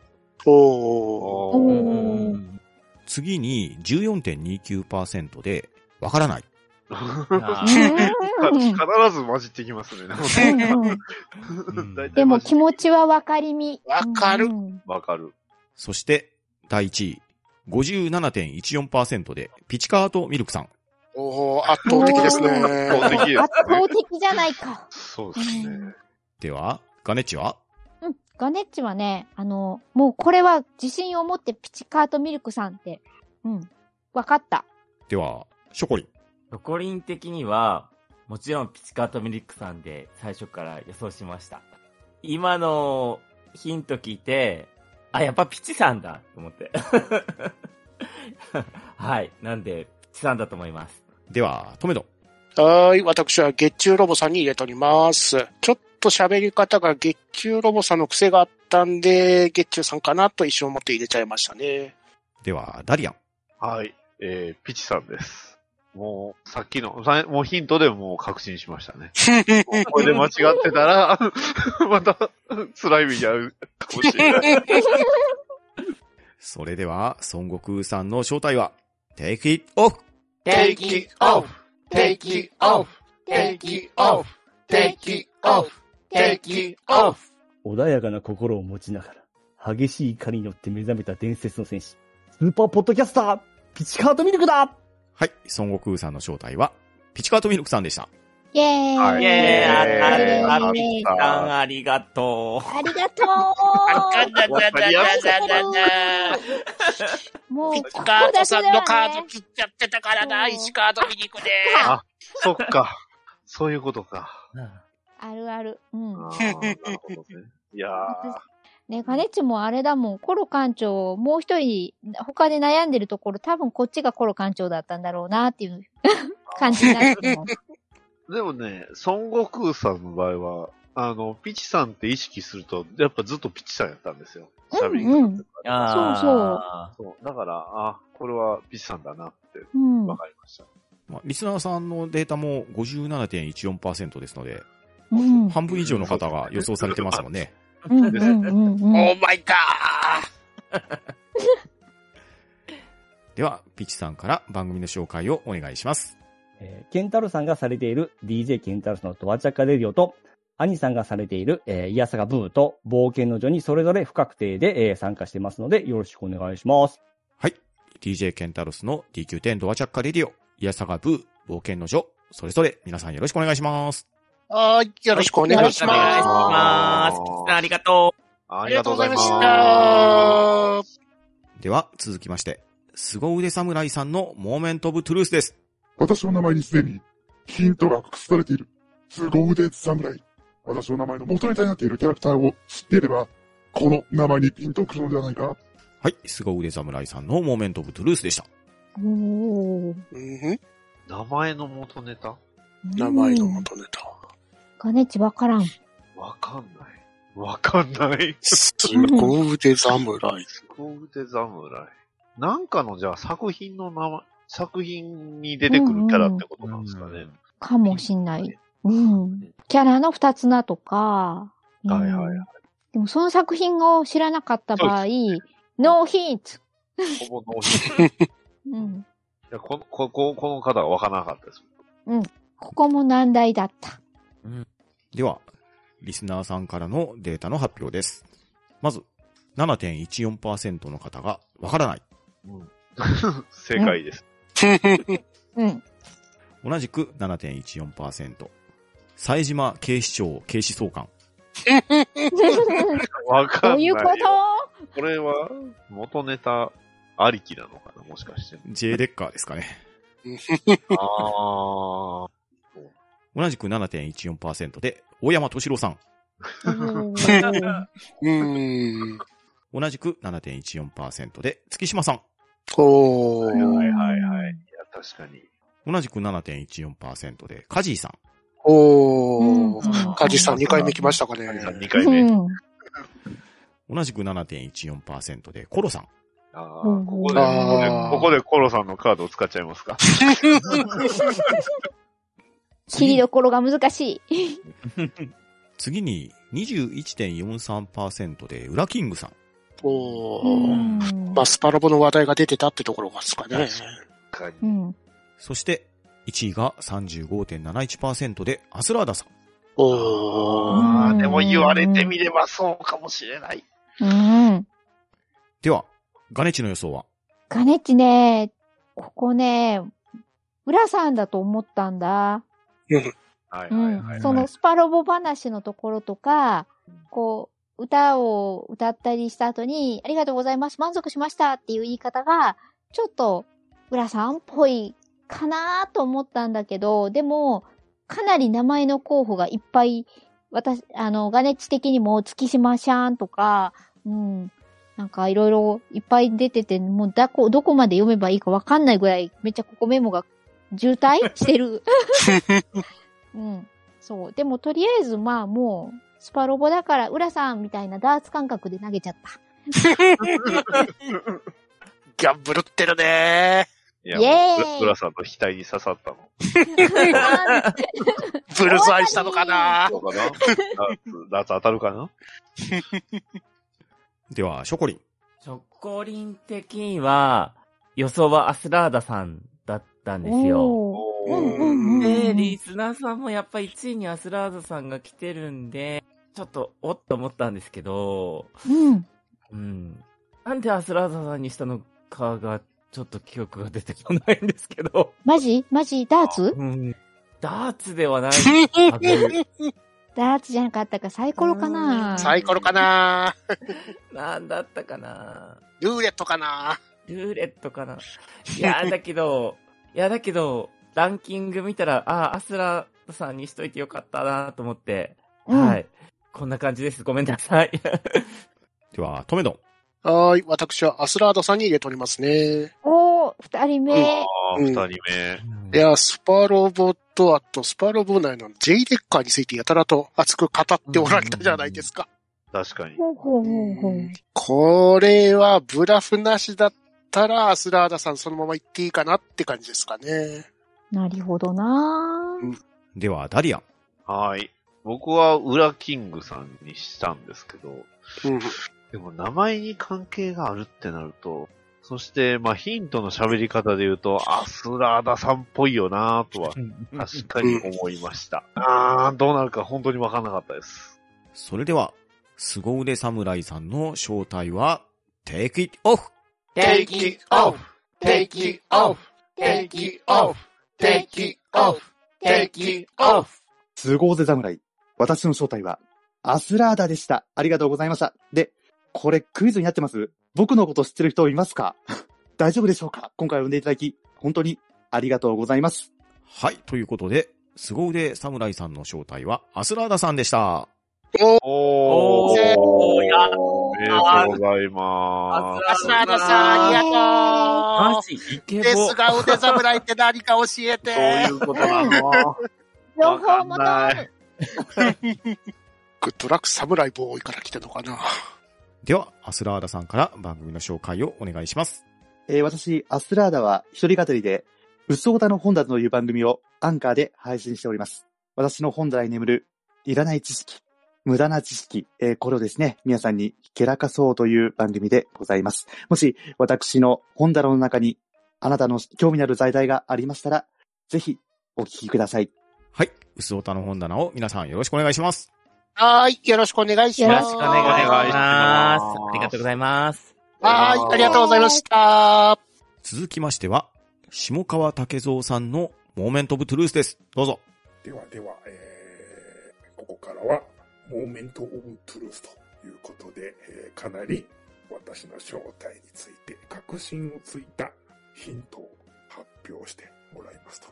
おーー次に14.29%で、わから ない。あうーん必ず混じってきますね。うんうん大体 でも混じ気持ちは分かりみ。わかるうんわかる。そして、第1位。57.14%で、ピチカートミルクさん。おー圧倒的ですね。圧倒的ですね圧倒的じゃないか。そうですうね。では、ガネッチはうん。ガネッチはね、あの、もうこれは自信を持ってピチカートミルクさんって。うん。分かった。では、ショコリン。ロコリン的には、もちろんピチカートミリックさんで最初から予想しました。今のヒント聞いて、あ、やっぱピチさんだと思って。 はい。なんで、ピチさんだと思います。では、トメド。はーい。私は月中ロボさんに入れております。ちょっと喋り方が月中ロボさんの癖があったんで、月中さんかなと一瞬思って入れちゃいましたね。では、ダリアン。はい。えー、ピチさんです。もう、さっきの、さもうヒントでもう確信しましたね。これで間違ってたら、また、辛い目に遭うかもしれない。 それでは、孫悟空さんの正体は、Take it off! Take it off! Take it off! Take it off! Take it off! Take it off! 穏やかな心を持ちながら、激しい怒りによって目覚めた伝説の戦士、スーパーポッドキャスター、ピチカートミルクだはい、孫悟空さんの正体は、ピチカートミルクさんでした。イェーはイ。いイェーイあったえーあったあピチさんありがとう。ありがとあだだだだだだう。もう、ピこッこカートだけさでんのカはードね。切っちゃってたからな、そう石カード見に行くね。あ、そっか。そういうことか。あるある。うん。あーなるほどね。いやー。ね、ガネッチもあれだもん、コロ館長、もう一人、他で悩んでるところ、多分こっちがコロ館長だったんだろうな、っていう 感じになっても。でもね、孫悟空さんの場合は、あの、ピチさんって意識すると、やっぱずっとピチさんやったんですよ。うんがうん。あそうだから、あ、これはピチさんだなって、うんわかりました。まあ、リスナーさんのデータも57.14%ですので、うん半分以上の方が予想されてますもんね。うんうんうんうん。オーマイガでは、ピッチさんから番組の紹介をお願いします。えーケンタロウさんがされている DJ ケンタロウさんのドアチャカレディオと、アニさんがされている、えーイヤサガブーと冒険の女にそれぞれ不確定で、えー参加してますので、よろしくお願いします。 DJ ケンタロスの DQ10 ドアチャッカレディオ、イヤサガブー、冒険の女、それぞれ皆さんよろしくお願いします。ーはい、よろしくお願いします。はいお願いしますピチさんありがとう。ありがとうございまし。ありがとうございました では、続きまして、凄腕侍さんのモーメントオブトゥルースです。私の名前にすでにヒントが隠されている。凄腕侍。私の名前の元ネタになっているキャラクターを知っていれば、この名前にピンとくるのではないか。はい、凄腕侍さんのモーメントオブトゥルースでした。おー名前の元ネタ名前の元ネタ。ガネッチわからん。わかんない。わかんない。すご腕侍。すご腕侍。なんかの、じゃあ作品の名前、作品に出てくるキャラってことなんですかね。かもしんない。うん。キャラの二つ名とか、はいはいはい。でもその作品を知らなかった場合、ノーヒント。ほぼ脳死いうん。やこの、ここ、この方はわからなかったです。うん。ここも難題だった。では、リスナーさんからのデータの発表です。まず、7.14%の方がわからない。正解です。うん。同じく7.14%。冴島警視庁警視総監。わかんないよ。どういうことこれは、元ネタありきなのかなもし かして。 J デッカーですかね。ああ。同じく7.14%で、大山敏郎さん。同じく7.14%で、月島さん。おはいはいはいはい。いや、確かに。同じく7.14%で、カジーさん。おー。カジさん2回目来ましたかね。 2回目うん。同じく7.14%で、コロさん。あーここで、ここでここでコロさんのカードを使っちゃいますか。 切りどころが難しい。次に21.43%で、ウラキングさん。おー。まあ、スパラボの話題が出てたってところですかね。うん。そして、1位が35.71%で、アスラーダさん。おー。でも言われてみればそうかもしれない。うん。では、ガネチの予想はガネッチね、ここね、浦さんだと思ったんだ。はいうん。そのスパロボ話のところとか、こう、歌を歌ったりした後に、ありがとうございます、満足しましたっていう言い方が、ちょっと、浦さんっぽいかなと思ったんだけど、でも、かなり名前の候補がいっぱい、私、あの、ガネッチ的にも、月島シャーンとか、うん、なんかいろいろいっぱい出てて、もうだこ、どこまで読めばいいかわかんないぐらい、めっちゃここメモが渋滞してる。うん。そう。でも、とりあえず、まあ、もう、スパロボだから、浦さんみたいなダーツ感覚で投げちゃった。ギャンブルってるねいや、イエーイもうブラさんの額に刺さったの。 ブルズアイしたのかなそうか なダーツ、ダーツ当たるかなでは、ショコリン。ショコリン的には、予想はアスラーダさんだったんですよ。で、リスナーさんもやっぱり1位にアスラーダさんが来てるんで、ちょっと、おっと思ったんですけど、うん。うん。 なんでアスラーダさんにしたのかが、ちょっと記憶が出てこないんですけど、マジマジダーツダーツで はないダーツじゃなかったか、サイコロかなサイコロかな なんだったかなルーレットかなルーレットかないやー、だけど、 いや、だけど、ランキング見たら、ああ、アスラさんにしといてよかったなと思って、はい。こんな感じです。ごめんなさい。では、トメドン。はーい。私はアスラーダさんに入れておりますね。おロー、二人目。あー、二人目。いや、スパロボと、あと、スパロボ内の J デッカーについてやたらと熱く語っておられたじゃないですか。確かに。ほうほうほうほう。これはブラフなしだったら、アスラーダさんそのまま行っていいかなって感じですかね。なるほどなぁでは、ダリアン。はい。僕は裏キングさんにしたんですけど、でも名前に関係があるってなると、そして、まあ、ヒントの喋り方で言うと、アスラーダさんっぽいよなぁとは、確かに思いました。あー、どうなるか本当にわかんなかったです。それでは、凄腕侍さんの正体は、Take it off! Take it off, take it off, take it off, take it off, take it off. スゴーゼ侍。私の正体は、アスラーダでした。ありがとうございました。で、これクイズになってます僕のこと知ってる人いますか 大丈夫でしょうか今回呼んでいただき、本当にありがとうございます。はい、ということで、凄腕侍さんの正体は、アスラーダさんでした。おーおやありがとうございまアスラーダさん、ありがとう。ジ、イですが、腕侍って何か教えて。どういうことなの情報もない。グッドラック侍ボーイから来てんのかな。では、アスラーダさんから番組の紹介をお願いします。えー私、アスラーダは一人語りで、うつおたの本棚という番組をアンカーで配信しております。私の本棚に眠るいらない知識、無駄な知識、えーこれをですね、皆さんにひけらかそうという番組でございます。もし、私の本棚の中に、あなたの興味のある在体がありましたら、ぜひ、お聞きください。はい、うすおたの本棚を皆さんよろしくお願いします。はーい、よろしくお願いしよろましす。くお願いします。ありがとうございます。はーい、ありがとうございました。続きましては、下川武蔵さんのモーメントオブトゥルースです。どうぞ。ではでは、えーここからは、モーメント・オブ・トゥルースということで、えーかなり私の正体について確信をついたヒントを発表してもらいますと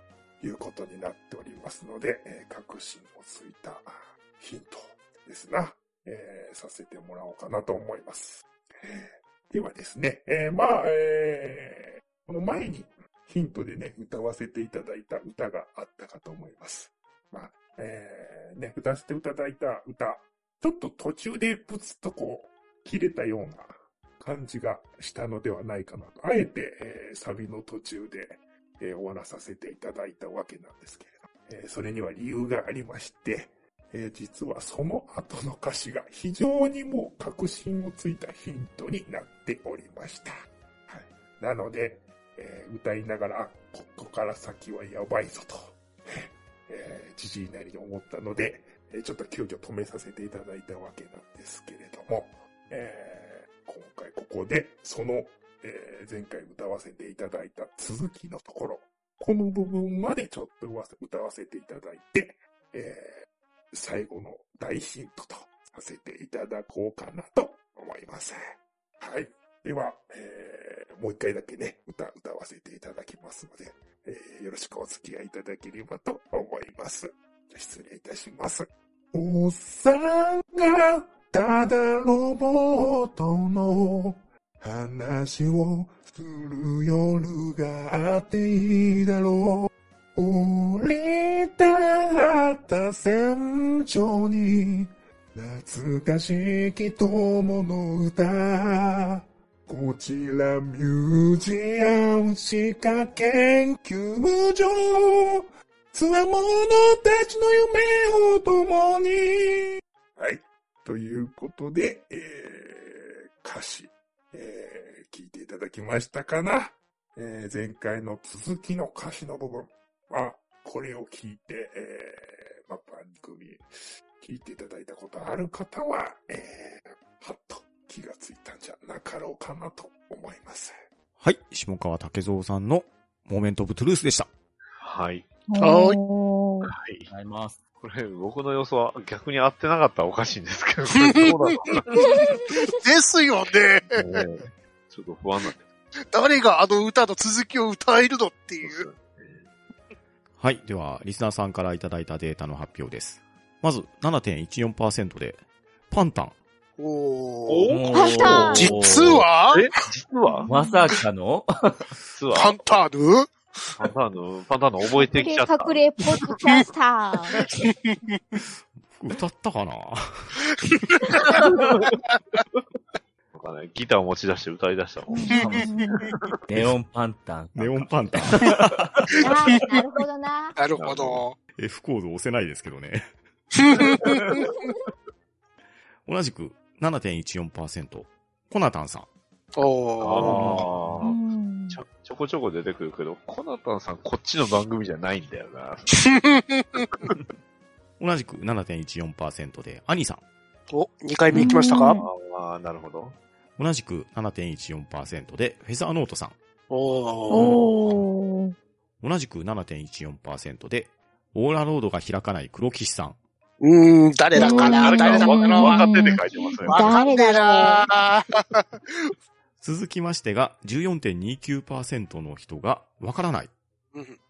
いうことになっておりますので、えー確信をついたヒントですな、えーさせてもらおうかなと思います。ではですね、えーまあ、えーこの前にヒントでね、歌わせていただいた歌があったかと思います。まあ、えーね、歌わせていただいた歌、ちょっと途中でプツッとこう、切れたような感じがしたのではないかなと。あえて、えーサビの途中で、えー終わらさせていただいたわけなんですけれど、えーそれには理由がありまして、えー実はその後の歌詞が非常にもう確信をついたヒントになっておりました。なので、えー歌いながら、あここから先はやばいぞと、 えー、じじいなりに思ったので、えーちょっと急遽止めさせていただいたわけなんですけれども、えー今回ここで、その、えー前回歌わせていただいた続きのところ、この部分までちょっと歌わせていただいて、えー最後の大ヒントとさせていただこうかなと思います。はい。では、えーもう一回だけね、歌、歌わせていただきますので、えーよろしくお付き合いいただければと思います。失礼いたします。おっさんがただロボットの話をする夜があっていいだろう。俺だった船長に懐かしき友の歌。こちらミュージアム歯科研究所。つわものたちの夢を共に。はい。ということで、えー歌詞、えー聞いていただきましたかな、えー前回の続きの歌詞の部分。まあ、これを聞いて、えーまあ、番組、聞いていただいたことある方は、えーはっと気がついたんじゃなかろうかなと思います。はい、下川武蔵さんのモーメントオブトゥルースでした。はい。ははい。ありがとうございます。これ、僕の予想は逆に合ってなかったらおかしいんで すけど、これどうだろうなですよね。ねちょっと不安なんで。誰があの歌の続きを歌えるのっていう。はい。では、リスナーさんからいただいたデータの発表です。まず、7.14%で、パンタン、おパターン実はえ実はまさかの実はパンターヌパンターヌ、パンターヌ覚えてきちゃった。隠れポッドキャスタ ー。歌ったかななんかね、ギターを持ち出して歌い出したもん。 ネオンパンタン。ネオンパンタン。あーなるほどな。 なるほど。 F コード押せないですけ どね。同じく7.14%。コナタンさん。おー。ちょ、ちょこちょこ出てくるけど、コナタンさんこっちの番組じゃないんだよな。同じく7.14%で、アニさん。お、2回目行きましたかああ、なるほど。同じく7.14%で、フェザーノートさん。おー。同じく7.14%で、オーラロードが開かない黒騎士さん。うーん、誰だかな誰か誰だかなわかってて書いてますねわかんねえな続きましてが、14.29%の人が、わからない。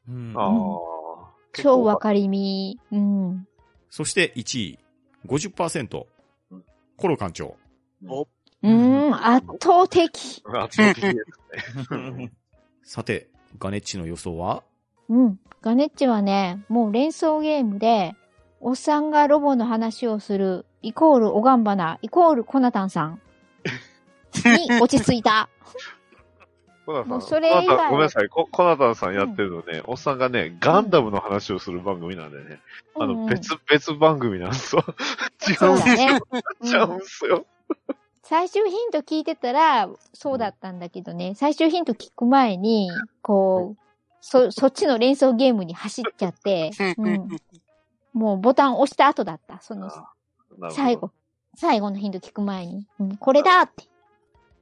うんあ超わかりみ。うん。そして1位、50%。コロ館長。うーん、圧倒的。 さて、ガネッチの予想はうん。ガネッチはね、もう連想ゲームで、おっさんがロボの話をする、イコールおがんばな、イコールコナタンさん。に落ち着 いた。コナタもうンそれ以外コナタンごめんなさい。ココナタンさんやってるのね、おっさんがね、ガンダムの話をする番組なんでね。あうんうの、ん別、別番組なんですよ。 違そううだね。ち ゃうんすよ。最終ヒント聞いてたら、そうだったんだけどね、最終ヒント聞く前に、こう、そ、そっちの連想ゲームに走っち ゃって、うん、もうボタン押した後だった。その、なるほど最後、最後のヒント聞く前に、うん、これだって。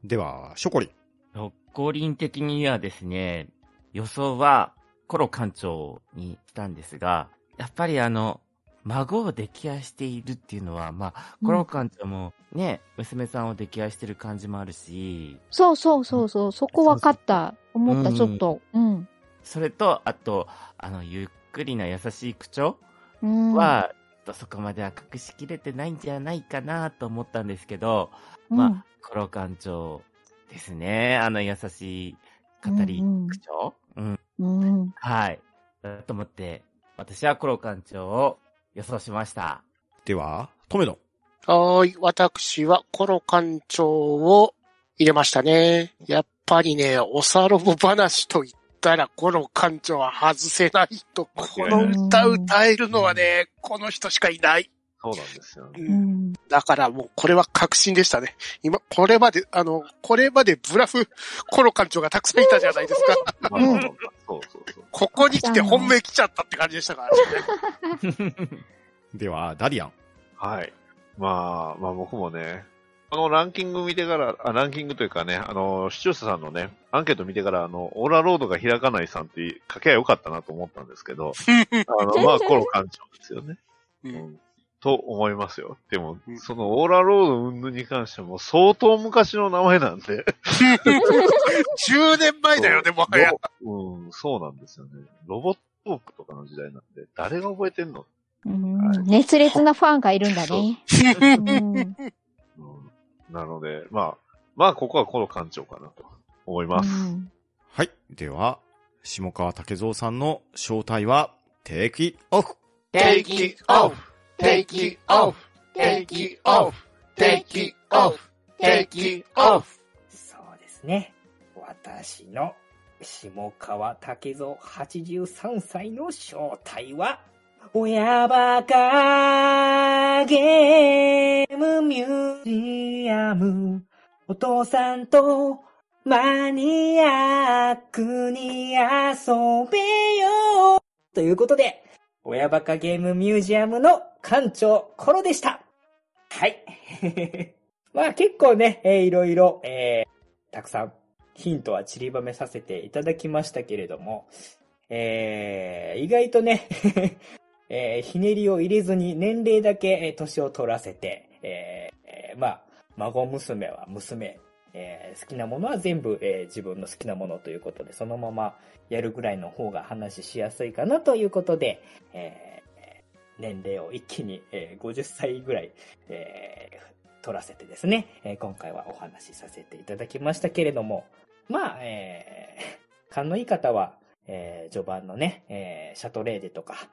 では、ショコリン。六甲輪的にはですね、予想はコロ館長にしたんですが、やっぱりあの、孫を溺愛しているっていうのは、まあ、コロ館長もね、娘さんを溺愛してる感じもあるし、そうそうそうそう、そこ分かった。思った、うんちょっと。うん。それと、あと、あの、ゆっくりな優しい口調うんは、ちょっとそこまでは隠しきれてないんじゃないかなと思ったんですけど、うんまあ、コロ館長ですね。あの優しい語り口調、うんうん。はい。だと思って、私はコロ館長を予想しました。では、トメド。はーい。私はコロ館長を入れましたね。やっぱりね、おさろぼ話と言ったらコロ館長は外せないと、この歌歌えるのはね、この人しかいない。そうなんですよ。だからもうこれは確信でしたね。今、これまで、あの、これまでブラフコロ館長がたくさんいたじゃないですか。まあまあまあそうそうそう。ここに来て本命来ちゃったって感じでしたからね。 では、ダリアン。はい。まあ、まあ僕もね、このランキング見てから、あランキングというかね、あの、視聴者さんのね、アンケート見てから、あの、オーラロードが開かないさんって書けばよかったなと思ったんですけ ど、あの、まあ、コロ館長ですよね。うんと思いますよ。でも、そのオーラロード云々に関してはもう相当昔の名前なん で。 10年前だよね、もはや。うん、そうなんですよね。ロボットークとかの時代なんで、誰が覚えてんのうん熱烈なファンがいるんだね。うんなので、まあ、まあ、ここはコロ館長かなと思います。はい。では、下川武蔵さんの正体は、テイクイオフ。 Take it off. Take it off. Take it off. Take it off. Take it off. そうですね。私の下川武蔵83歳の正体は、親バカゲームミュージアム。お父さんとマニアックに遊べよ。ということで、親バカゲームミュージアムの館長コロでした。はい。 まあ結構ね、えーいろいろ、えーたくさんヒントは散りばめさせていただきましたけれども、えー意外とね、 えーひねりを入れずに年齢だけ、えー年を取らせて、えーえーまあ、孫娘は娘、えー好きなものは全部、えー自分の好きなものということで、そのままやるぐらいの方が話しやすいかなということで、えー年齢を一気に、えー50歳ぐらい、えー取らせてですね、えー今回はお話しさせていただきましたけれども、まあ、えー、勘のいい方は、えー序盤のね、えーシャトレーゼとか、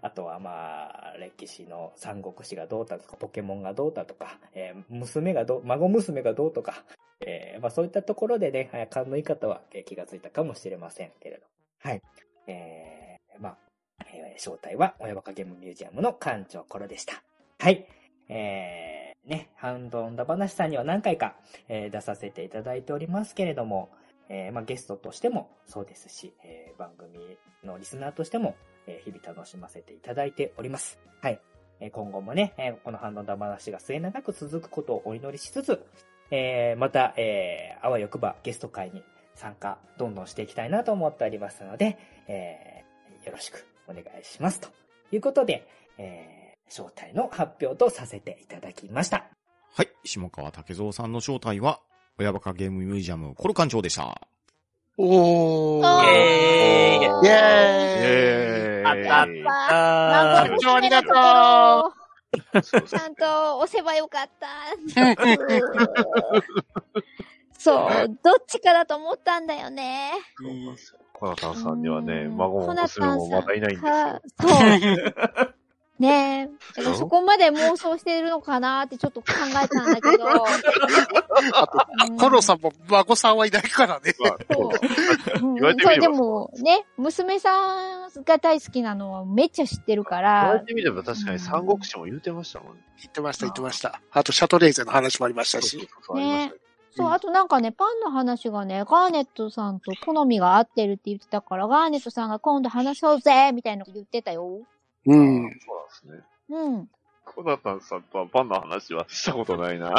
あとはまあ、歴史の三国志がどうだとか、ポケモンがどうだとか、えー娘がどう、孫娘がどうとか、えーまあそういったところでね、えー勘のいい方はえー気がついたかもしれませんけれど。はい。えー、まあ、えー正体は親バカゲームミュージアムの館長コロでした。はい。えー、ね、ハンドオンダ話さんには何回か、えー出させていただいておりますけれども、えーまあ、ゲストとしてもそうですし、えー番組のリスナーとしても、えー日々楽しませていただいております。はい。えー今後もね、えーこのハンドオンダ話が末永く続くことをお祈りしつつ、えーまた、えーあわよくばゲスト会に参加、どんどんしていきたいなと思っておりますので、えーよろしくお願いします。ということで、えー招待の発表とさせていただきました。はい。下川武蔵さんの正体は、親バカゲームミュージアムコロ館長でした。おー。イェーイイェーイあったああっーた。長ありがとうちゃんと押せばよかった。そう、どっちかだと思ったんだよね。コナタンさんにはね、孫コもナ娘タンもさまんだいないんでか、 そう。ねえ。だからそこまで妄想してるのかなってちょっと考えたんだけど。あと、コロさんも孫さんはいないからね。言われてみればでもね、娘さんが大好きなのはめっちゃ知ってるか言われらて、みれば確かに三国志も言うてましたもんね。言ってました、言ってました。あと、シャトレーゼの話もありましたし。ね。そう、あとなんかね、パンの話がね、ガーネットさんと好みが合ってるって言ってたから、ガーネットさんが今度話そうぜみたいなこと言ってたよ。うん。そうなんですね。うん。コナタンさんとはパンの話はしたことないな。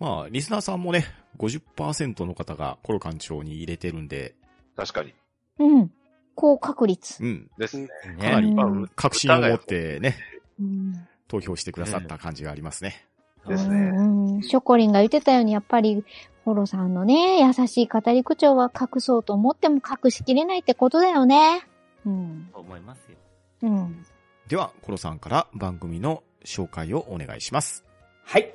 まあ、リスナーさんもね、50%の方がコロ館長に入れてるんで。確かに。うん。高確率。うん。ですね。かなりまあ確信を持ってね、うん投票してくださった感じがありますね。ですね。うん。ショコリンが言ってたように、やっぱり、ホロさんのね、優しい語り口調は隠そうと思っても隠しきれないってことだよね。うん。思いますよ。うん。では、コロさんから番組の紹介をお願いします。はい。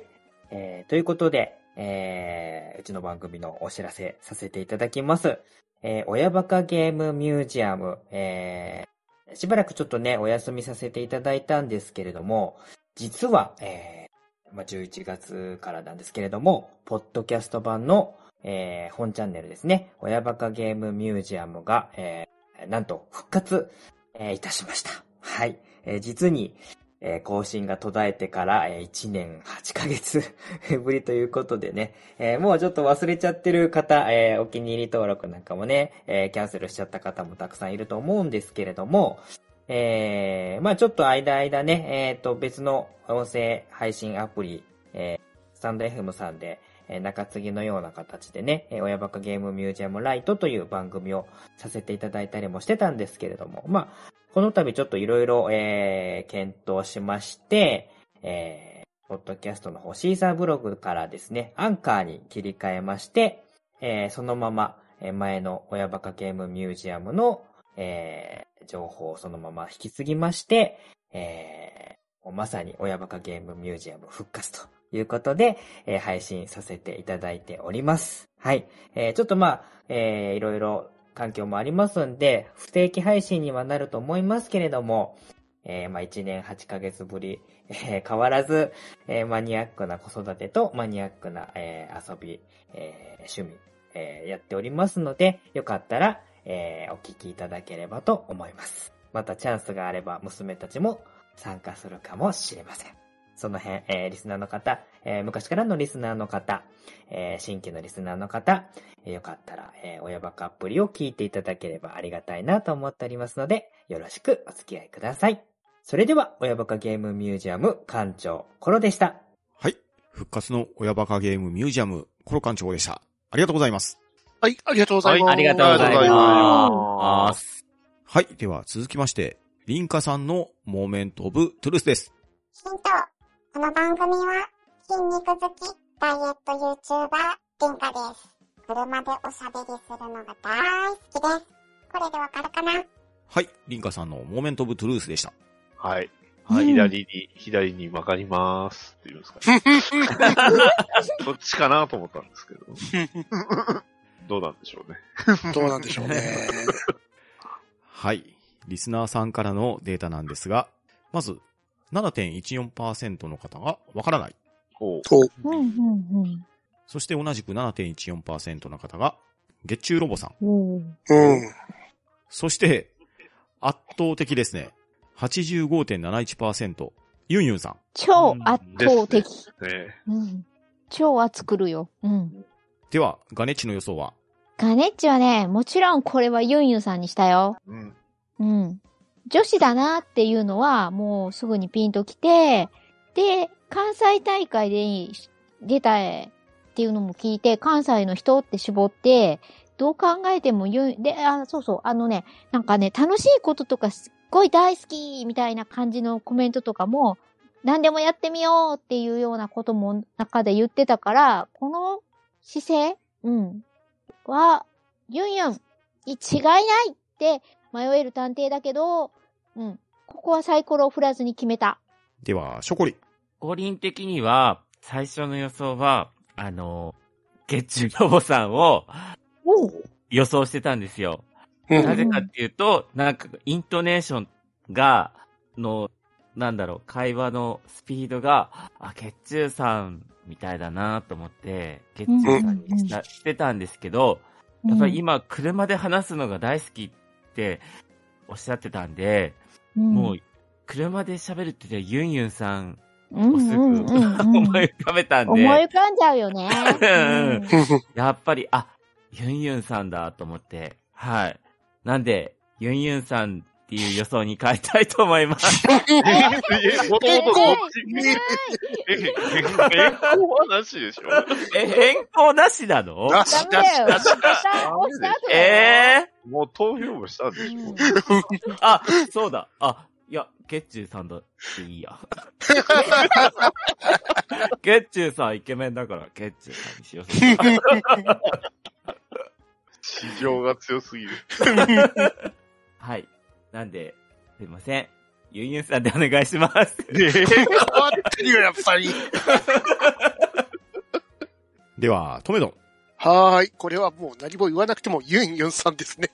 えーということで、えーうちの番組のお知らせさせていただきます。えー親バカゲームミュージアム、えーしばらくちょっとね、お休みさせていただいたんですけれども、実は、えーまあ、11月からなんですけれども、ポッドキャスト版の、えー本チャンネルですね、親バカゲームミュージアムが、えーなんと復活、えーいたしました。はい。えー実に、えー更新が途絶えてから、えー1年8ヶ月 ぶりということでね、えーもうちょっと忘れちゃってる方、えーお気に入り登録なんかもね、えーキャンセルしちゃった方もたくさんいると思うんですけれども、えーまあちょっと間々ね、えっ、と、別の音声配信アプリ、えースタンド FM さんで、えー中継ぎのような形でね、えー親バカゲームミュージアムライトという番組をさせていただいたりもしてたんですけれども、まあ、この度ちょっといろいろ、えー検討しまして、えーポッドキャストの方、シーサーブログからですね、アンカーに切り替えまして、えーそのまま、えー前の親バカゲームミュージアムの、えー情報をそのまま引き継ぎまして、えーもうまさに親バカゲームミュージアム復活ということで、えー配信させていただいております。はい。えーちょっとまあ、えーいろいろ環境もありますんで、不定期配信にはなると思いますけれども、えーまあ1年8ヶ月ぶり、えー変わらず、えーマニアックな子育てとマニアックな、えー遊び、えー趣味、えーやっておりますので、よかったら、えーお聞きいただければと思います。またチャンスがあれば娘たちも参加するかもしれません。その辺、えーリスナーの方、えー昔からのリスナーの方、えー新規のリスナーの方、えーよかったら、えー親バカアプリを聞いていただければありがたいなと思っておりますので、よろしくお付き合いください。それでは、親バカゲームミュージアム館長、コロでした。復活の親バカゲームミュージアムコロ館長でした。ありがとうございます。はい、ありがとうございます。はいありがとうございますありがとうございます。はい。では続きまして、リンカさんのモーメントオブトゥルースです。ヒント。この番組は筋肉好きダイエット YouTuber リンカです。車でおしゃべりするのが大好きです。これでわかるかなはい。リンカさんのモーメントオブトゥルースでした。はい。はい、左に、左に曲がりますって言うんですかね。 そっちかなと思ったんですけど。どうなんでしょうね。どうなんでしょうね。はい。リスナーさんからのデータなんですが、まず、7.14%の方がわからない。うんうんうん。そして同じく7.14%の方が、月中ロボさん。おーそして、圧倒的ですね。85.71%、ユンユンさん。超圧倒的。ねうん。超熱くるよ。うん。では、ガネッチの予想はガネッチはね、もちろんこれはユンユンさんにしたよ。うん。女子だなっていうのは、もうすぐにピンときて、で、関西大会で出たっていうのも聞いて、関西の人って絞って、どう考えてもユン、で、あ、そうそう、あのね、なんかね、楽しいこととかすっごい大好きみたいな感じのコメントとかも、何でもやってみようっていうようなことも中で言ってたから、この姿勢、うん、は、ユンユンに違いないって迷える探偵だけど、うん、ここはサイコロを振らずに決めた。では、ショコリ。五輪的には、最初の予想は、あの、月中ロボさんを予想してたんですよ。うんなぜかっていうと、なんか、イントネーションが、の、なんだろう、会話のスピードが、あ、月中さんみたいだなと思って、月中さんにした、してたんですけど、やっぱり今、車で話すのが大好きっておっしゃってたんで、もう、車で喋るって言ったらユンユンさんうんをすぐうんうんうん思い浮かべたんで、思い浮かんじゃうよね。やっぱり、あ、ユンユンさんだと思って、はい。なんで、ユンユンさんっていう予想に変えたいと思い ます。え、もともとそっちえ、変更はなしでしょえ、変更なしなのなしなしなしえー、もう投票もしたんでしょ、あ、そうだ。あ、いや、ゲッチューさんだっていい や。ゲッチューさんイケメンだから、ゲッチューさんにしよう。市場が強すぎる。 はい。なんで、すいません。ユンユンさんでお願いします。変わってるよ、やっぱり。では、トメドン。はーい。これはもう何も言わなくてもユンユンさんですね。、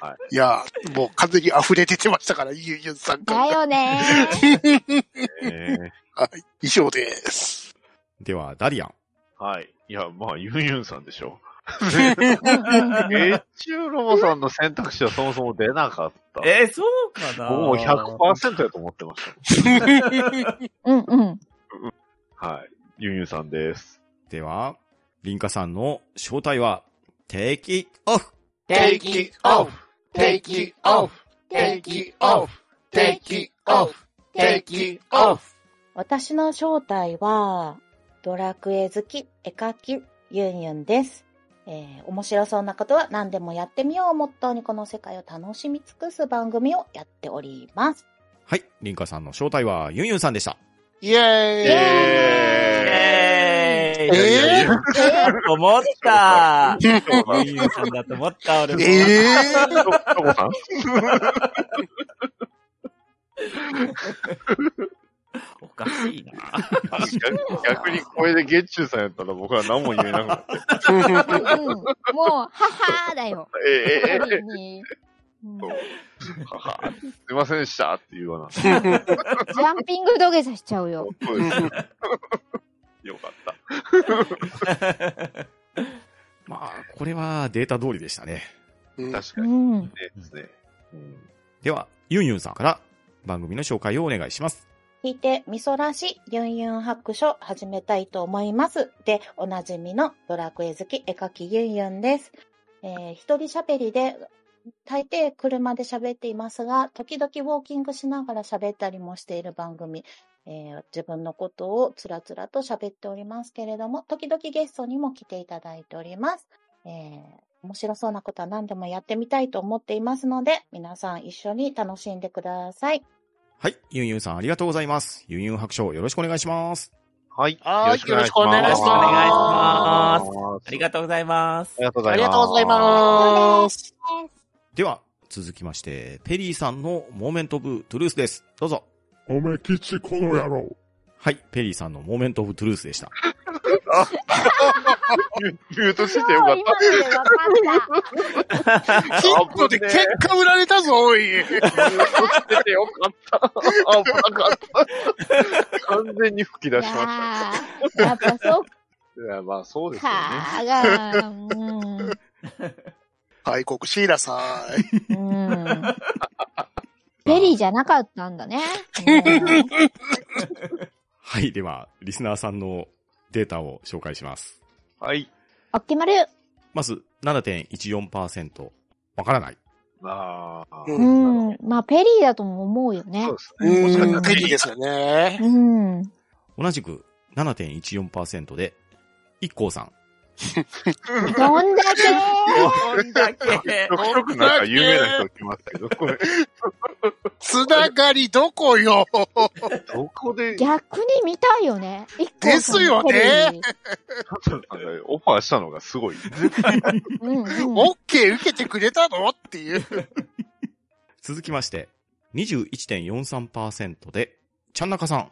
はいやー、もう完全に溢れ出てましたから、ユンユンさんだが。よね。はい。以上です。では、ダリアン。はい。いや、まあ、ユンユンさんでしょ。え月中ロボさんの選択肢はそもそも出なかった。え、そうかな僕も100%やと思ってました。うんうん。はい。ユンユンさんです。では、リンカさんの正体は、テイキオフ Take it off, take it off, take it off, take it off, take it off. 私の正体は、ドラクエ好き、絵描き、ユンユンです。えー面白そうなことは何でもやってみようをモットーにこの世界を楽しみ尽くす番組をやっております。はい、リンカさんの正体は、ユンユンさんでした。イェーイイエーイえー、 思ったユンユンさんだと思った、俺も。ロボさんおかしいな。逆逆にこれで月中さんやったら僕は何も言えなくなって。うん、もう、ははーだよ。ええええにははすいませんでしたって言わな。ジャンピング土下座しちゃうよ。そうですよかった。 まあ、これはデータ通りでしたね。確かに。ですね。では、ユンユンさんから番組の紹介をお願いします。聞いて、みそらし、ユンユン白書、始めたいと思います。で、おなじみのドラクエ好き、絵描きユンユンです。えー一人喋りで、大抵車で喋っていますが、時々ウォーキングしながら喋ったりもしている番組、えー自分のことをつらつらと喋っておりますけれども、時々ゲストにも来ていただいております。えー面白そうなことは何でもやってみたいと思っていますので、皆さん一緒に楽しんでください。はい、ユンユンさんありがとうございます。ユンユン白書よろしくお願いします。はい。はいよろしくお願いしますよろしくお願いしますありがとうございます。ありがとうございますありがす。では、続きまして、ペリーさんのモーメントブートゥルースです。どうぞ。おめきちこの野郎。はい、ペリーさんのモーメントオブトゥルース でした。ミュートしてよかっヒットで結果売られたぞ、おい。た。出てよかった。危なかった。 完全に吹き出しました。やっぱそっいや、まあそうですよね。かが、うん。開国しいなさうん。ペリーじゃなかったんだね。はい、では、リスナーさんのデータを紹介します。はい。あっけまる。まず、7.14%。わからない。ああ。うん。まあ、ペリーだとも思うよね。そうい。うん、ペリーですよね。うん。同じく7.14%で、一光さん。どんだけんだけ独特なんか有名な人来ましたけど、これ。つながりどこよどこで逆に見たいよね。一個ですよね。オファーしたのがすごい。オッケー受けてくれたのっていう。続きまして、21.43%で、ちゃんなかさん。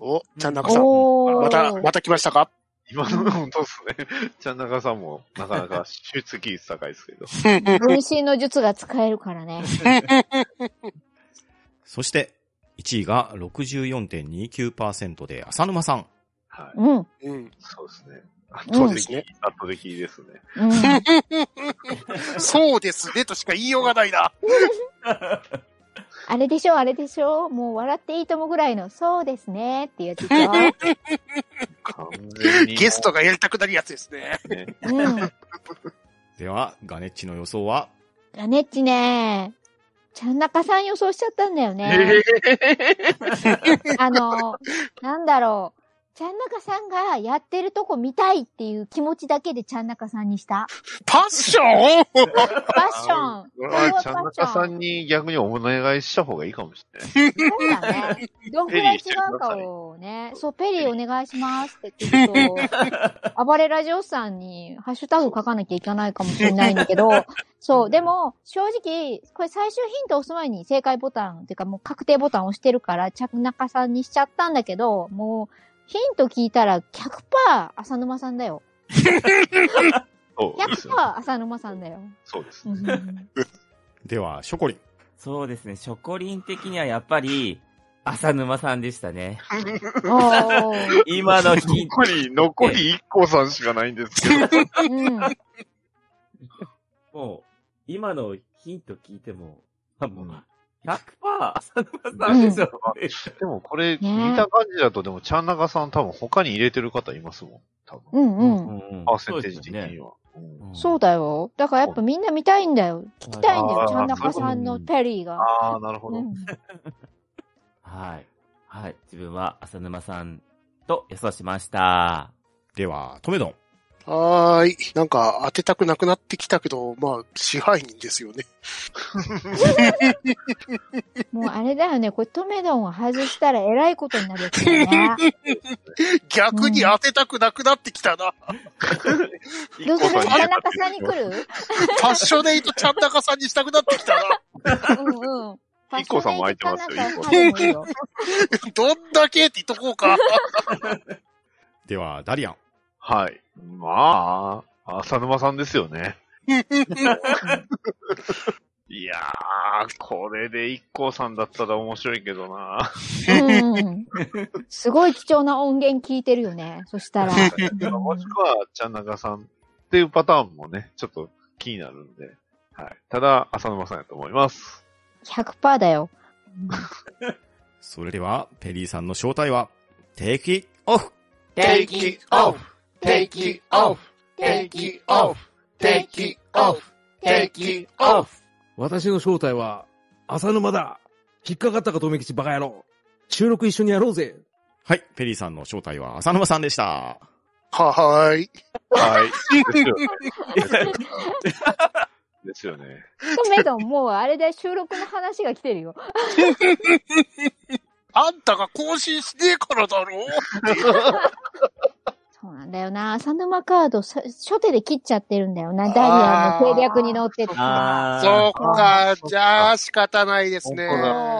お、ちゃんなかさん。おーまた、また来ましたか今の本当ですね。 ちゃんなかさんも、なかなか出席率高いですけど。分身の術が使えるからね。そして、1位が64.29%で、浅沼さん。うん。うん。そうですね。圧圧倒的倒的ですね。そうですねとしか言いようがないな。あれでしょ、あれでしょ。もう笑っていいともぐらいの、そうですねっていうやつでしょ。ゲストがやりたくなるやつですね。うん。 では、ガネッチの予想はガネッチね、ちゃん中さん予想しちゃったんだよね。あの、なんだろう。ちゃん中さんがやってるとこ見たいっていう気持ちだけでちゃん中さんにした。パッションパッションこれはちゃんなかさんに逆にお願いした方がいいかもしれない。そうだね。どんくらい違うかをね、そう、ペリーお願いしますって言ってる と、暴れラジオさんにハッシュタグ書かなきゃいけないかもしれないんだ けど、そう、でも、正直、これ最終ヒント押す前に正解ボタン、っていうかもう確定ボタン押してるから、着中さんにしちゃったんだけど、もう、ヒント聞いたら100%浅沼さんだよ。100%浅沼さんだよ。そうです ね。では、ショコリン。そうですね、ショコリン的にはやっぱり、浅沼さんでしたね。 今のヒント残り、残り一個さんしかないんですけど。もう、今のヒント聞いても、あもう、100%浅沼さんでしょ。でもこれ、見た感じだと、でも、ちゃんなかさん多分他に入れてる方いますもん。うんうん。パーセンテージ的には。そうだよ。だからやっぱみんな見たいんだよ。聞きたあいんだよ。ーちゃん中さんのペリーが。ああ、なるほうど。んはい。はい。自分は浅沼さんと予想しました。では、トメドン。はーい。なんか当てたくなくなってきたけど、まあ、支配人ですよね。もうあれだよね。これトメドンを外したらえらいことになるやつだよね。 逆に当てたくなくなってきたな。どうするちゃん中さんに来るファッショネイトちゃん中さんにしたくなってきたな。うんうん。一個さんも空いてますよ、一個さファッショネイトちゃん中さんもいいよん。どんだけって言っとこう か。では、ダリアン。はい。まあ、浅沼さんですよね。 いやー、これで一光さんだったら面白いけどな。うん。すごい貴重な音源聞いてるよね。そしたら。もしくは、ちゃんなかさんっていうパターンもね、ちょっと気になるんで。はい。ただ、浅沼さんやと思います。 100%だよ。それでは、ペリーさんの正体は、テイキオフ Take it off, take it off, take it off, take it off, take it off. 私の正体は、浅沼だ引っかかったかとめきちバカ野郎収録一緒にやろうぜはい、ペリーさんの正体は浅沼さんでした。ははーい。 はい。ですよね。トメドンもうあれで収録の話が来てるよ。あんたが更新しねえからだろそうなんなんだよな。浅沼カード、さ初手で切っちゃってるんだよな。ダリアの攻略に乗ってって。あそうか、じゃあ仕方ないですね。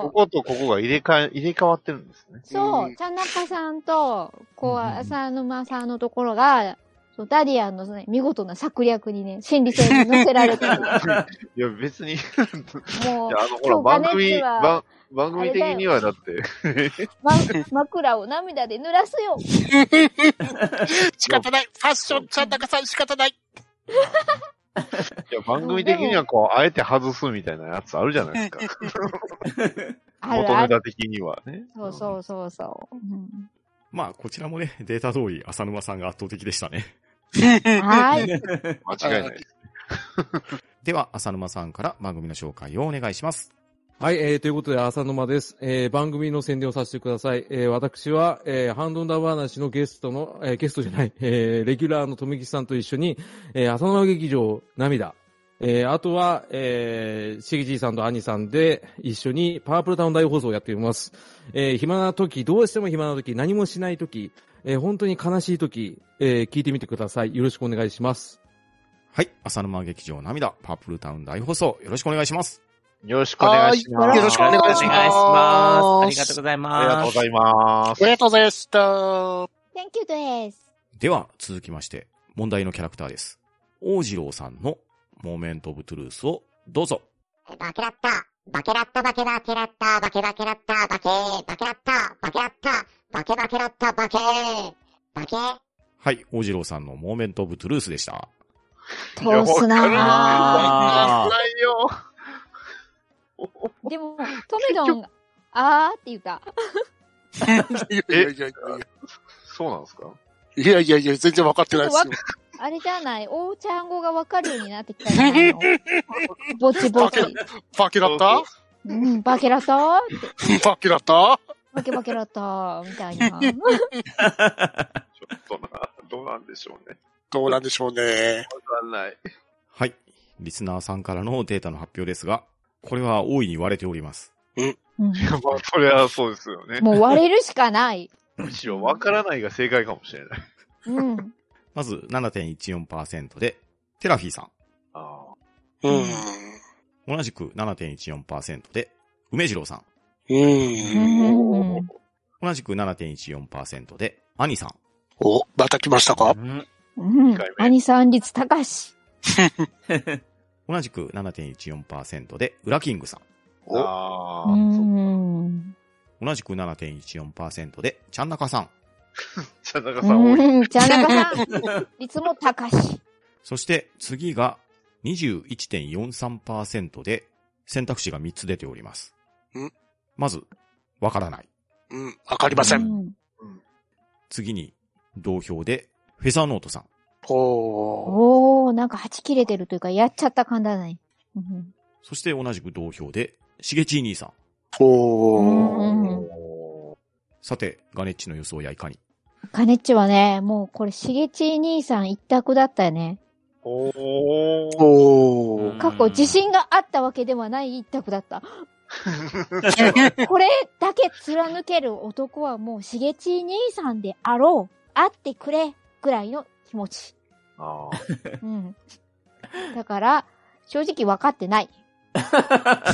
こことこ こが入れ替え、入れ替わってるん ですね。そう、田中さんと、こう、浅沼さんのところが、そうダリアンの、ね、見事な策略にね、心理戦に乗せられて る。いや、別に。いや、もう、あの、ほら、今番日ガネッ組、ジは番番組的にはだって。ま、枕を涙で濡らすよ。仕方ない。ファッション、ちゃん中さん仕方ない。いや、番組的にはこう、あえて外すみたいなやつあるじゃないですか。 ある求あめる。た的にはね。そうそうそうそう。うんまあ、こちらもね、データ通り、浅沼さんが圧倒的でしたね。は 間い違いないです。では、浅沼さんから番組の紹介をお願いします。はい、えー、ということで、浅沼です。えー、番組の宣伝をさせてください。えー、私は、えー、ハンドンダ話のゲストの、えー、ゲストじゃない、えー、レギュラーの富木さんと一緒に、えー、浅沼劇場涙、えー、あとは、えー、しげじいさんと兄さんで一緒にパープルタウン大放送をやっています。えー、暇な時、どうしても暇な時、何もしない時、えー、本当に悲しい時、えー、聞いてみてください。よろしくお願いします。はい、浅沼劇場涙、パープルタウン大放送、よろしくお願いします。よろしくお願いしますはいよろしくお願いしますお願いしますありがとうございますありがとうございまありがとうございました。 Thank you です。では、続きまして、問題のキャラクターです。大二郎さんのモーメント・オブ・トゥルースをどうぞ。バケラッタ、バケラッタ、バケバケラッタ、バケバケラッタ、バケ、バケラッタ、バケラッタ、バケバケラッタ、バケ、バケ。はい、大二郎さんのモーメント・オブ・トゥルースでした。通すな Ah. あーぁ。でも、トメドン、あーって言った。いやいやいやいやそうなんですかいやいやいや、全然分かってないですよ。あれじゃない、おーちゃん語がわかるようになってきたじゃないのぼちぼち。バケだったうん、バケラタバケだったバケバケラタみたいそな。うな、どうなんでしょうね。どうなんでしょうね。わかんない。はい、リスナーさんからのデータの発表ですが、これは大いに割れております。いや、まあ、それはそうですよね。もう割れるしかない。むしろ、わからないが正解かもしれない。うん。まず、7.14%で、テラフィーさん。うん。同じく7.14%で、梅次郎さん。うん。同じく7.14%で、アニさん。お、また来ましたかうん。兄さん率高し。 同じく7.14%で、ウラキングさん。うん。同じく7.14%で、ちゃんなかさん。 ちゃんなかうん。じゃあ、中さん、率も高し。そして、次が21.43%で、選択肢が3つ出ております。んまず、わからない。うん、わかりません。次に、同票で、フェザーノートさん。おおー、なんか鉢切れてるというか、やっちゃった感じだね。うんそして同じく同票で、しげちい兄さん。うん。さて、ガネッチの予想やいかにカネッチはね、もうこれ、しげち兄さん一択だったよね。おお過去自信があったわけではない一択だった。これだけ貫ける男はもうしげち兄さんであろう。会ってくれぐらいの気持ち。あうん。だから、正直分かってない。あ。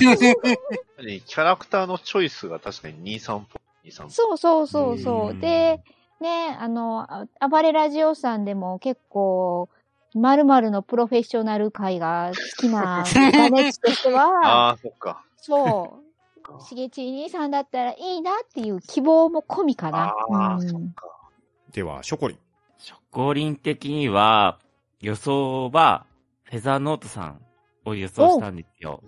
ねキャラクターのチョイスが確かに23っぽい。23っぽいそうそうそうそう。で、ね、あの、あ暴れラジオさんでも結構、〇〇のプロフェッショナル会が好きなガネッチとしては、ああ、そっか。そう。しげちい兄さんだったらいいなっていう希望も込みかな。あうんでは、ショコリン。五輪的には、予想は、フェザーノートさんを予想したんですよ。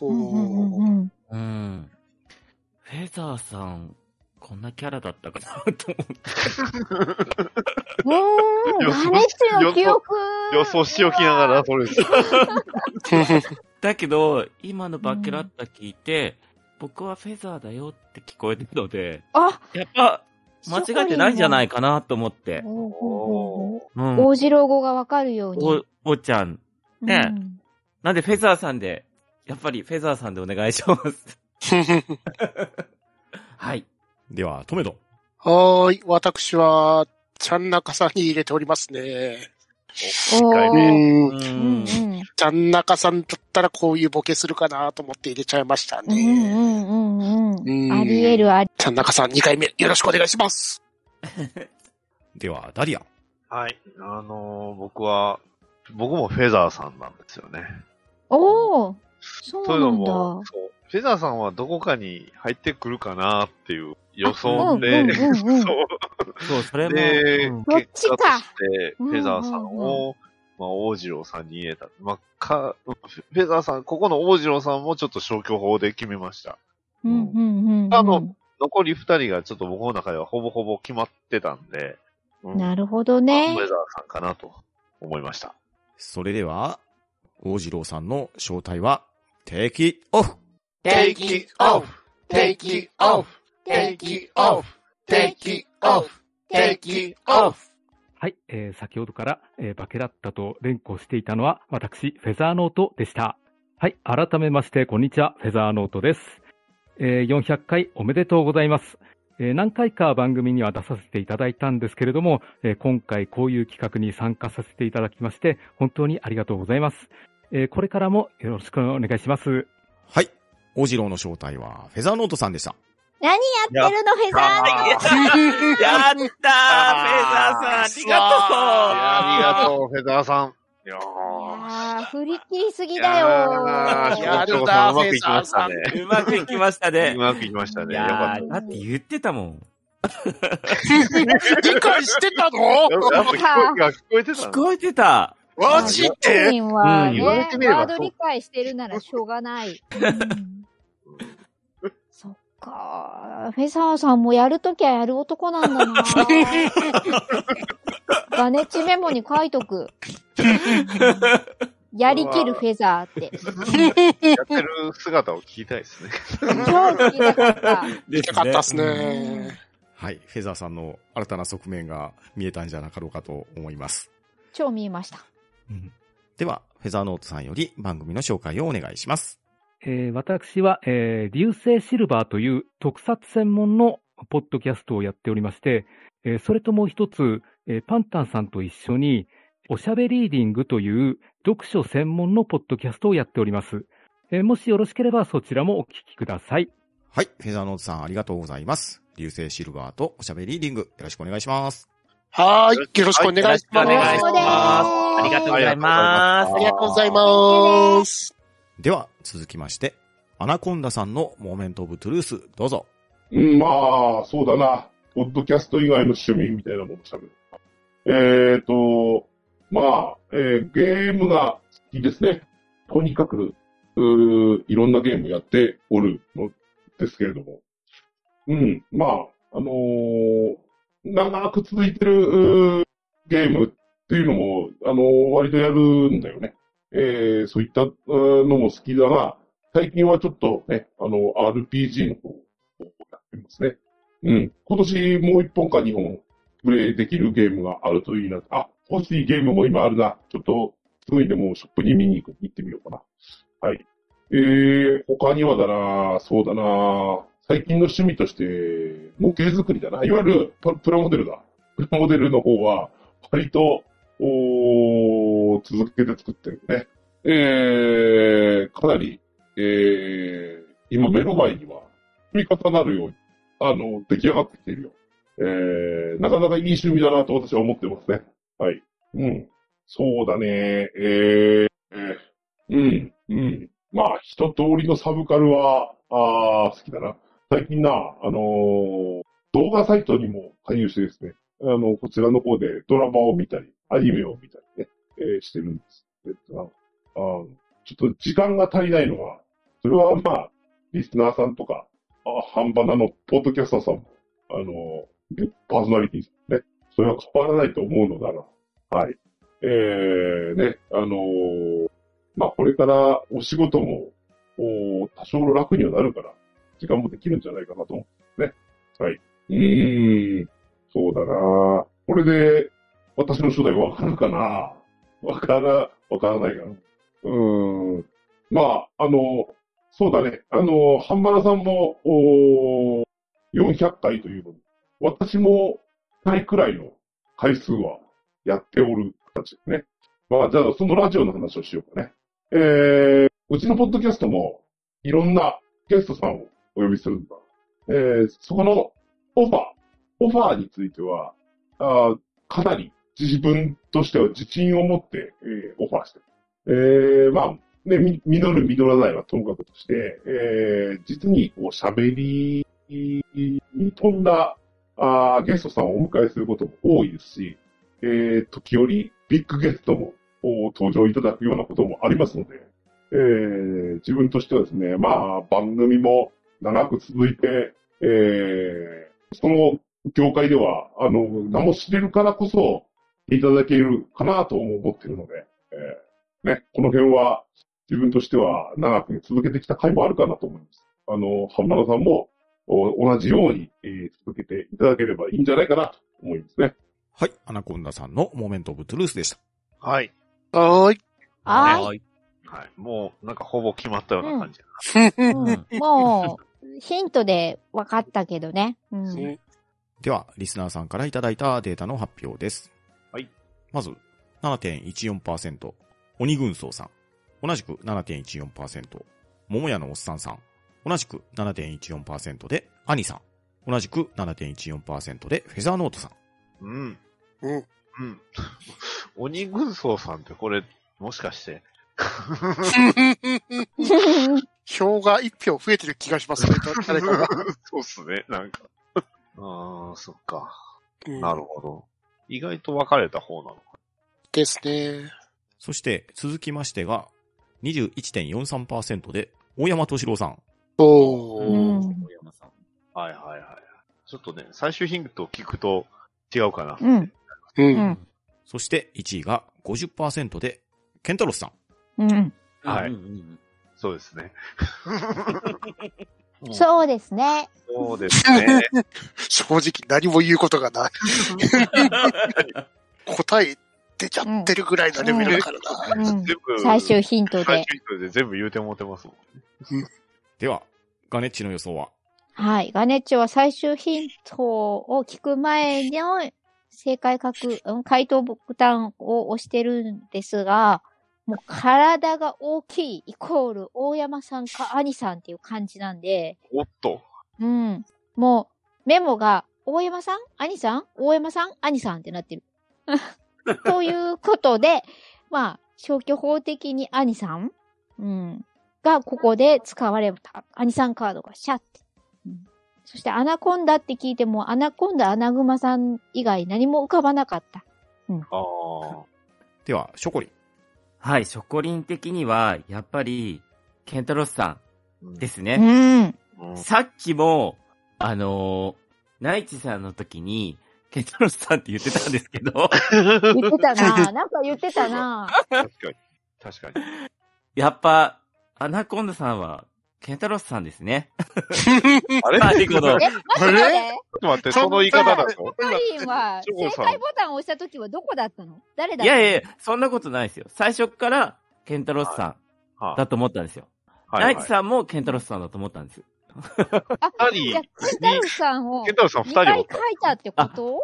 うんうん。フェザーさん、こんなキャラだったかなと思って。うーん、ガネッチの記憶。予想しておきながら、それです。 だけど、今のバケラッタ聞いて、僕はフェザーだよって聞こえてるので、あやっぱ、間違えてないんじゃないかなと思って。うん大次郎語が分かるように。お、おちゃん。ね、うんなんでフェザーさんで、やっぱりフェザーさんでお願いし ます。はい。では、トメド。はーい、私は、ちゃん中さんに入れておりますね。Oh. おーう。Mm. うんんうんちゃん中さんだったらこういうボケするかなと思って入れちゃいましたうね。んうんうんうん。ありえ るあり。ちゃん中さん2回目よろしくお願いします。では、ダリアン。はい。あのー僕は、僕もフェザーさんなんですよね。おおそうというのなんだ。も、そうフェザーさんはどこかに入ってくるかなっていう予想で、うんうんうんうんそう、それもで、うん結果とそっちしかて、フェザーさんうんうんを、まあ、王次郎さんに入れた。まあ、か、フェザーさん、ここの王次郎さんもちょっと消去法で決めました。うんうんうんうん。あの、残り二人がちょっと僕の中ではほぼほぼ決まってたんで、うんなるほどフねェ。ザーさんかなと思いました。それでは、大次郎さんの正体は、テイキオフ Take it off. Take it off. Take it off. Take it off. Take it off. はい、えー先ほどから、えーバケラッタと連呼していたのは、私、フェザーノートでした。はい、改めまして、こんにちは、フェザーノートです。えー400回おめでとうございます。えー何回か番組には出させていただいたんですけれども、えー今回こういう企画に参加させていただきまして、本当にありがとうございます。えーこれからもよろしくお願いします。はい、大次郎の正体は、フェザーノートさんでした。何やってるの、フェザーの。やったーフェザーさん、ありがとうありがとう、フェザーさん。いやあー振り切りすぎだよ。ーやるなうまくいきましたね。うまくいきましたね。 うまくいきましたね。よかった。だって言ってたもん。理解してたのやっぱ聞こえ聞こえてた聞こえてた。マジ本人はうんね、言われてみればワード理解してるならしょうがない。うんそっかー。フェザーさんもやるときはやる男なんだなー。ガネッチメモに書いとく。やりきるフェザーっ て。やってる姿を聞きた いですね。超聞きたかった。 でかったっすね。はい、フェザーさんの新たな側面が見えたんじゃなかろうかと思います。超見えました。では、フェザーノートさんより番組の紹介をお願いします。えー私は、えー流星シルバーという特撮専門のポッドキャストをやっておりまして、えーそれともう一つ、えーパンタンさんと一緒に、おしゃべリーディングという読書専門のポッドキャストをやっております。えーもしよろしければそちらもお聞きください。はい、フェザーノートさんありがとうございます。流星シルバーとおしゃべりリング、よろしくお願いします。はーい、よろしくお願いします。はいよろしくお願いしあありがとうございますありがとうございます。では、続きまして、アナコンダさんのモーメントオブトゥルース、どうぞ。うんまあ、そうだな。ポッドキャスト以外の趣味みたいなもの喋る。えっ、ー、と、まあ、えーゲームが好きですね。とにかく、うーいろんなゲームやっておるのですけれども。うん、まあ、あのー長く続いてるうーゲームっていうのも、あのー割とやるんだよね。えーそういったうーのも好きだが、最近はちょっとね、あの、RPG の方をやってますね。うん。今年もう一本か二本プレイできるゲームがあるといいな。あ、欲しいゲームも今あるな。ちょっと、すぐにでもショップに見に行く行ってみようかな。はい。えー、他にはだな、そうだな、最近の趣味として、模型作りだな。いわゆるププラモデルだ。プラモデルの方は、割と、おー続けて作ってるね。えー、かなり、えー、今目の前には、積み重なるように、あの、出来上がってきているよ。えー、なかなかいい趣味だなと私は思ってますね。はい。うん。そうだね。えー、えーうん、うん。まあ、一通りのサブカルは、あー好きだな。最近な、あのー動画サイトにも加入してですね、あの、こちらの方でドラマを見たり、アニメを見たりね、えーしてるんですけど、あーちょっと時間が足りないのは、それはまあ、リスナーさんとか、あ半端なの、ポッドキャスターさんも、あのーパーソナリティさんもね、それは変わらないと思うのだな。はい。えー、ね、あのーまあ、これからお仕事も、お多少楽にはなるから、時間もできるんじゃないかなと思うんですね。はい。うーん、そうだなこれで、私の初代わかるかなわから、わからないかな。うーん。まあ、あの、そうだね。あの、ハンバラさんも、おー400回というのに私も、ないくらいの回数はやっておる形ですね。まあ、じゃあ、そのラジオの話をしようかね。えー、うちのポッドキャストも、いろんなゲストさんをお呼びするんだ。えー、そこのオファー、オファーについては、あーかなり自分としては自信を持って、えーオファーしてる。えー、まあ、ね、み、実る実らないはともかくとして、えー、実にこう喋りに富んだあーゲストさんをお迎えすることも多いですし、えー、時折ビッグゲストもお登場いただくようなこともありますので、えー、自分としてはですね、まあ、番組も長く続いて、えー、その業界では、あの、名も知れるからこそ、いただけるかなとも思っているので、えー、ね、この辺は、自分としては長く続けてきた回もあるかなと思います。あの、浜田さんも、お同じように、えー続けていただければいいんじゃないかなと思いますね。はい。アナコンダさんのモメントオブトゥルースでした。はい。はーい。はーい。い。はい。もう、なんかほぼ決まったような感じ。うんもう、ヒントで分かったけどね。うん。では、リスナーさんからいただいたデータの発表です。はい。まず、7.14%、鬼軍曹さん。同じく7.14%、桃屋のおっさんさん。同じく7.14%で、兄さん。同じく7.14%で、フェザーノートさん。うん。うん。うん。 鬼軍曹さんってこれ、もしかして。票が一票増えてる気がし ますね。誰かが。そうっすね、なんか。ああ、そっか。なるほど。意外と分かれた方なのか。ですね。そして、続きましてが、21.43%で、大山敏郎さん。おはいはいはい。ちょっとね、最終ヒントを聞くと違うかな。うん。うん。そして、1位が50%で、ケンタロスさん。うん。はい。そうですね。そうですね。そうですね。 正直何も言うことがない。答え出ちゃってるぐらいのレベルだからな。うん最終ヒントで。それで全部言うてもってますもんね。では、ガネッチの予想ははい。ガネッチョは最終ヒントを聞く前の正解確、うん回答ボタンを押してるんですが、もう体が大きいイコール大山さんか兄さんっていう感じなんで、おっ と。うん。もうメモが大山さん兄さん大山さん兄さんってなってる。 ということで、まあ、消去法的に兄さん、うん、がここで使われた。兄さんカードがシャッて。うんそしてアナコンダって聞いても、アナコンダ、アナグマさん以外何も浮かばなかった。あでは、ショコリン。はい、ショコリン的には、やっぱり、ケンタロスさんですね。さっきも、あのーナイチさんの時に、ケンタロスさんって言ってたんですけど。言ってたなぁ。なんか言ってた なぁ。確かに。確かに。やっぱ、アナコンダさんは、ケンタロスさんですね。あ れ最後のえ、待って待ちって。ょっと待って、その言い方だコと。リンは、ョコ正さん解ボタンを押した時はどこだったの誰だいったやのいやいや、そんなことないですよ。最初から、ケンタロスさんだと思ったんですよ。はいはいナイチさんもケンタロスさんだと思ったんですよ。じゃあ、ケンタルさんを、ケンタロスさん二人おった二回書いたってこと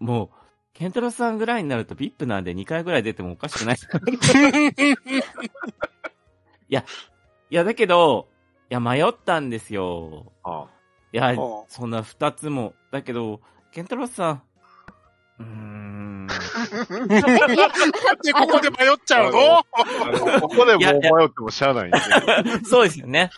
もう、ケンタロスさんぐらいになると VIP なんで2回ぐらい出てもおかしく ない。いや、いやだけど、いや迷ったんですよ。いや、そんな2つも。だけど、ケンタロスさん、なんでここで迷っちゃう のここでもう迷ってもしゃあないんで。 そうですよね。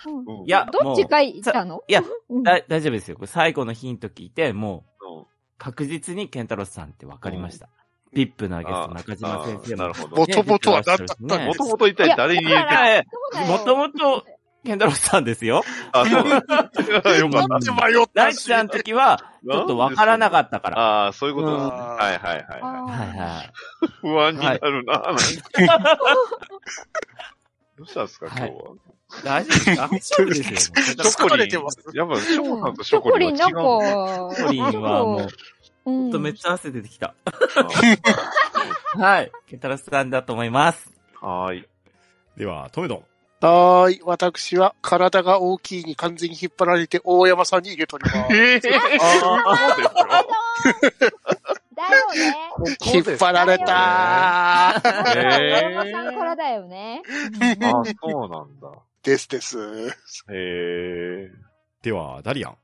いや、どっちも書いたのういや、だ大丈夫ですよ。これ最後のヒント聞いて、もう、確実にケンタロスさんって分かりました。ビップなゲスト、中島先生あーなるほどね元々は何だったんですね元々一体誰に言うてたいやもともと、ケンタロスさんですよ。あ、そう なんだ。よかった。大地さんの時は、ちょっと分からなかったから。ああ、そういうことですね。はいはいはいはい。はいはい。不安になるな、なんか どうしたんですか、今日は。 大丈夫ですか大 丈夫ですよ。 ショコリン、やっぱ、ショコさんとショコリンは違ううんショコリンはもう、ほんとめっちゃ汗出てきた。 はい。ケンタロスさんだと思います。はい。では、トメドン。はーい。私は体が大きいに完全に引っ張られて大山さんに入れとります。えあーだ引っ張られたね子へ供さんからだよね。あ、そうなんだ。ですです。へえ。では、ダリアン。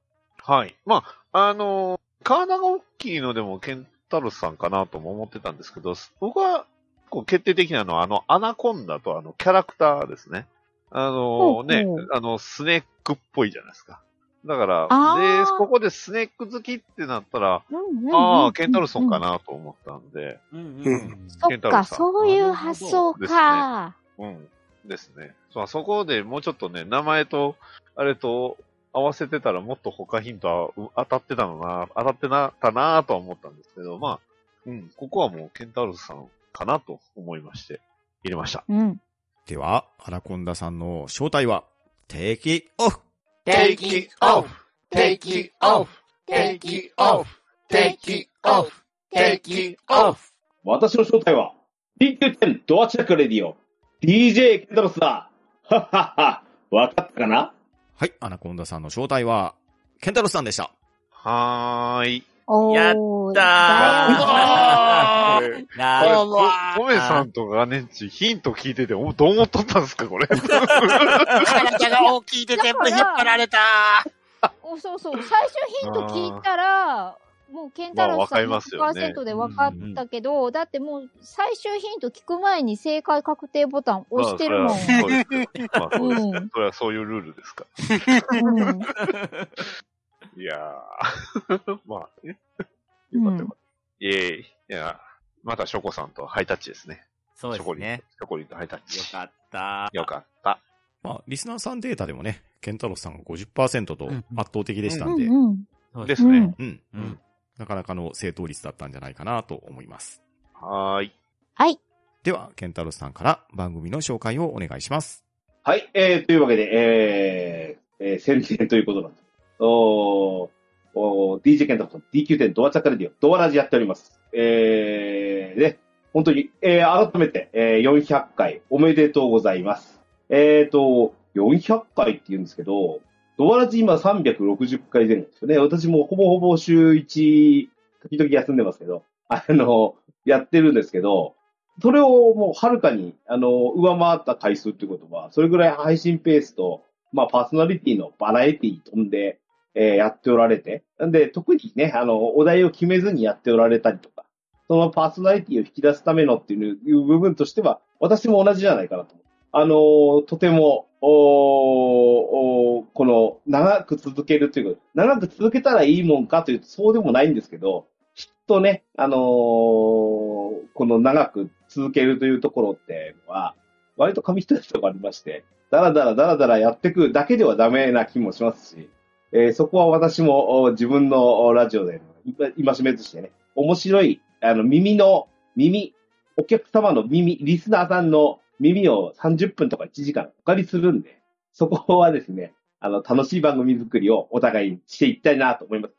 はい。まあ、あのー体が大きいのでも、ケンタロスさんかなとも思ってたんですけど、僕は、こう、決定的なのは、あの、アナコンダとあの、キャラクターですね。あのーね、ほうほうあの、スネークっぽいじゃないですか。だからあ、ーで、ここでスネーク好きってなったら、うんうんああ、ケンタロスさんかなと思ったんで、うんそケっンタロか、スさんそういう発想か。うん。ですね。そうあそこでもうちょっとね、名前と、あれと合わせてたらもっと他ヒントはう当たってたのな、当たってな、たなとは思ったんですけど、まあ、うん、ここはもうケンタウロスさんかなと思いまして、入れました。うん。では、アナコンダさんの正体は、テキオフ Take it off, take it off, take it off, take it off, take it off. 私の正体は、DQ10 ドアチラックレディオ、DJ ケンタロスだはっはっは わかったかなはい、アナコンダさんの正体は、ケンタロスさんでした。はーい。おやったーなるほどコメさんとガネッチ、ヒント聞いてて、おどう思っとったんですか、これ。体が大きいで全部引っ張られた。おそうそう。最初ヒント聞いたら、もうケンタロまスさんあわかりますよね100%で分かったけど、だってもう最終ヒント聞く前に正解確定ボタン押してるまもん。あそれはそうですよまあそうですうね。それはそういうルールですか。うんいやー。 まあね。よかったよかった。イェーイ。いやーまたショコさんとハイタッチですね。そうですね。ショコリンとハイタッチ。よかった。よかった。まあ、リスナーさんデータでもね、ケンタロスさんが50%と圧倒的でしたんで。うんうんうんですねうん。うん。なかなかの正答率だったんじゃないかなと思います。はーい。はい。では、ケンタロスさんから番組の紹介をお願いします。はい、えー、というわけで、えー、えー、宣伝ということなんです。おーおー DJ ケンタロスの DQ10 ドアチャカレディオ、ドアラジやっております。えー、ね、本当に、えー、改めて、えー、400回おめでとうございます。えーと、400回って言うんですけど、ドアラジ今360回前後ですよね。私もほぼほぼ週1、時々休んでますけど、あの、やってるんですけど、それをもうはるかに、あの、上回った回数ってことは、それぐらい配信ペースと、まあ、パーソナリティのバラエティに飛んで、えーやっておられて、なんで、特にね、あの、お題を決めずにやっておられたりとか、そのパーソナリティを引き出すためのっていういう部分としては、私も同じじゃないかなと思う。あのーとても、おーおーこの、長く続けるということ、長く続けたらいいもんかというと、そうでもないんですけど、きっとね、あのーこの長く続けるというところっていうのは、割と紙一重なとこありまして、だらだらだらだらやってくだけではダメな気もしますし、えーそこは私もお自分のおラジオで今しめとしてね、面白い、あの、耳の、耳、お客様の耳、リスナーさんの耳を30分とか1時間お借りするんで、そこはですね、あの、楽しい番組作りをお互いにしていきたいなと思います。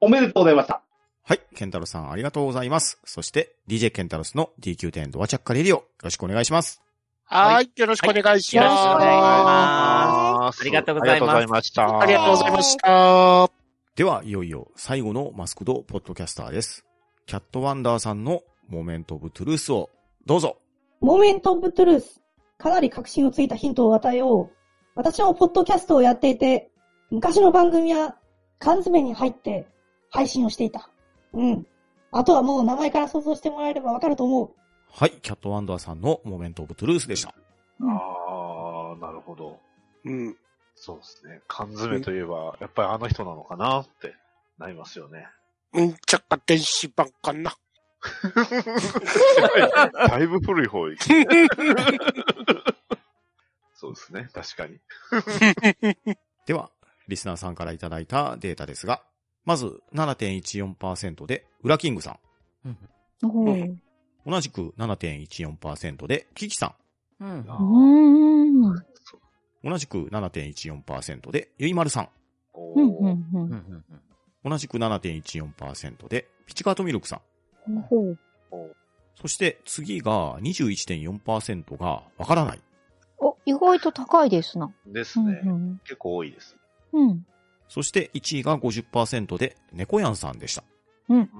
おめでとうございました。はい、ケンタロスさんありがとうございます。そして、DJ ケンタロスの DQ10 ドアチャッカレディオ、よろしくお願いします。はい。よろしくお願いします。はいよろしくお願いしますありがとうございますありがとうございましたありがとうございました。では、いよいよ最後のマスクドポッドキャスターです。キャットワンダーさんのモメントオブトゥルースをどうぞ。モメント・オブ・トゥルース。かなり確信をついたヒントを与えよう。私もポッドキャストをやっていて、昔の番組や缶詰に入って配信をしていた。うん。あとはもう名前から想像してもらえればわかると思う。はい、キャットワンダーさんのモメントオブトゥルースでした。あー、なるほど。うん。そうですね。缶詰といえば、やっぱりあの人なのかなってなりますよね。 うんちゃか電子版か な。だいぶ古い方 行くそうですね、確かに。 では、リスナーさんからいただいたデータですが、まず7.14%で、ウラキングさうん。ん。同じく7.14%で、キキさうん。うん。ん。同じく7.14%で、ゆいまるさん。うん。うん。同じく7.14%で、ピチカートミルクさん。ほう。そして次が21.4%がわからない。お、意外と高いですな。ですね。うん。結構多いです。うん。そして1位が50%で、猫やんさんでした。うん。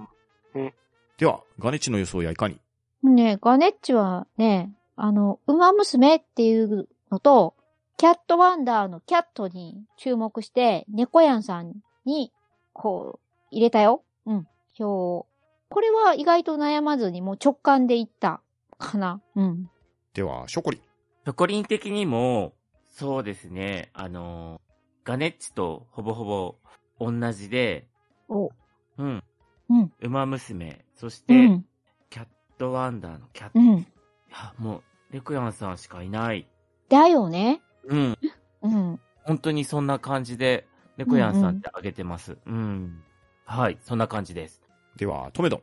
では、ガネチの予想やいかにねえ、ガネッチはね、あの、馬娘っていうのと、キャットワンダーのキャットに注目して、猫やんさんに、こう、入れたよ。うん、票をこれは意外と悩まずにもう直感でいったかな。うん。では、ショコリン。ショコリン的にも、そうですね、あの、ガネッチとほぼほぼ同じで、おうん。うん。馬娘、そしうて、ん。キャットワンダーのキャット、ういん。や、もう、レクヤンさんしかいない。だよね。うん。うん。本当にそんな感じで、レクヤンさんってあげてます。うん、はい、そんな感じです。では、トメドン。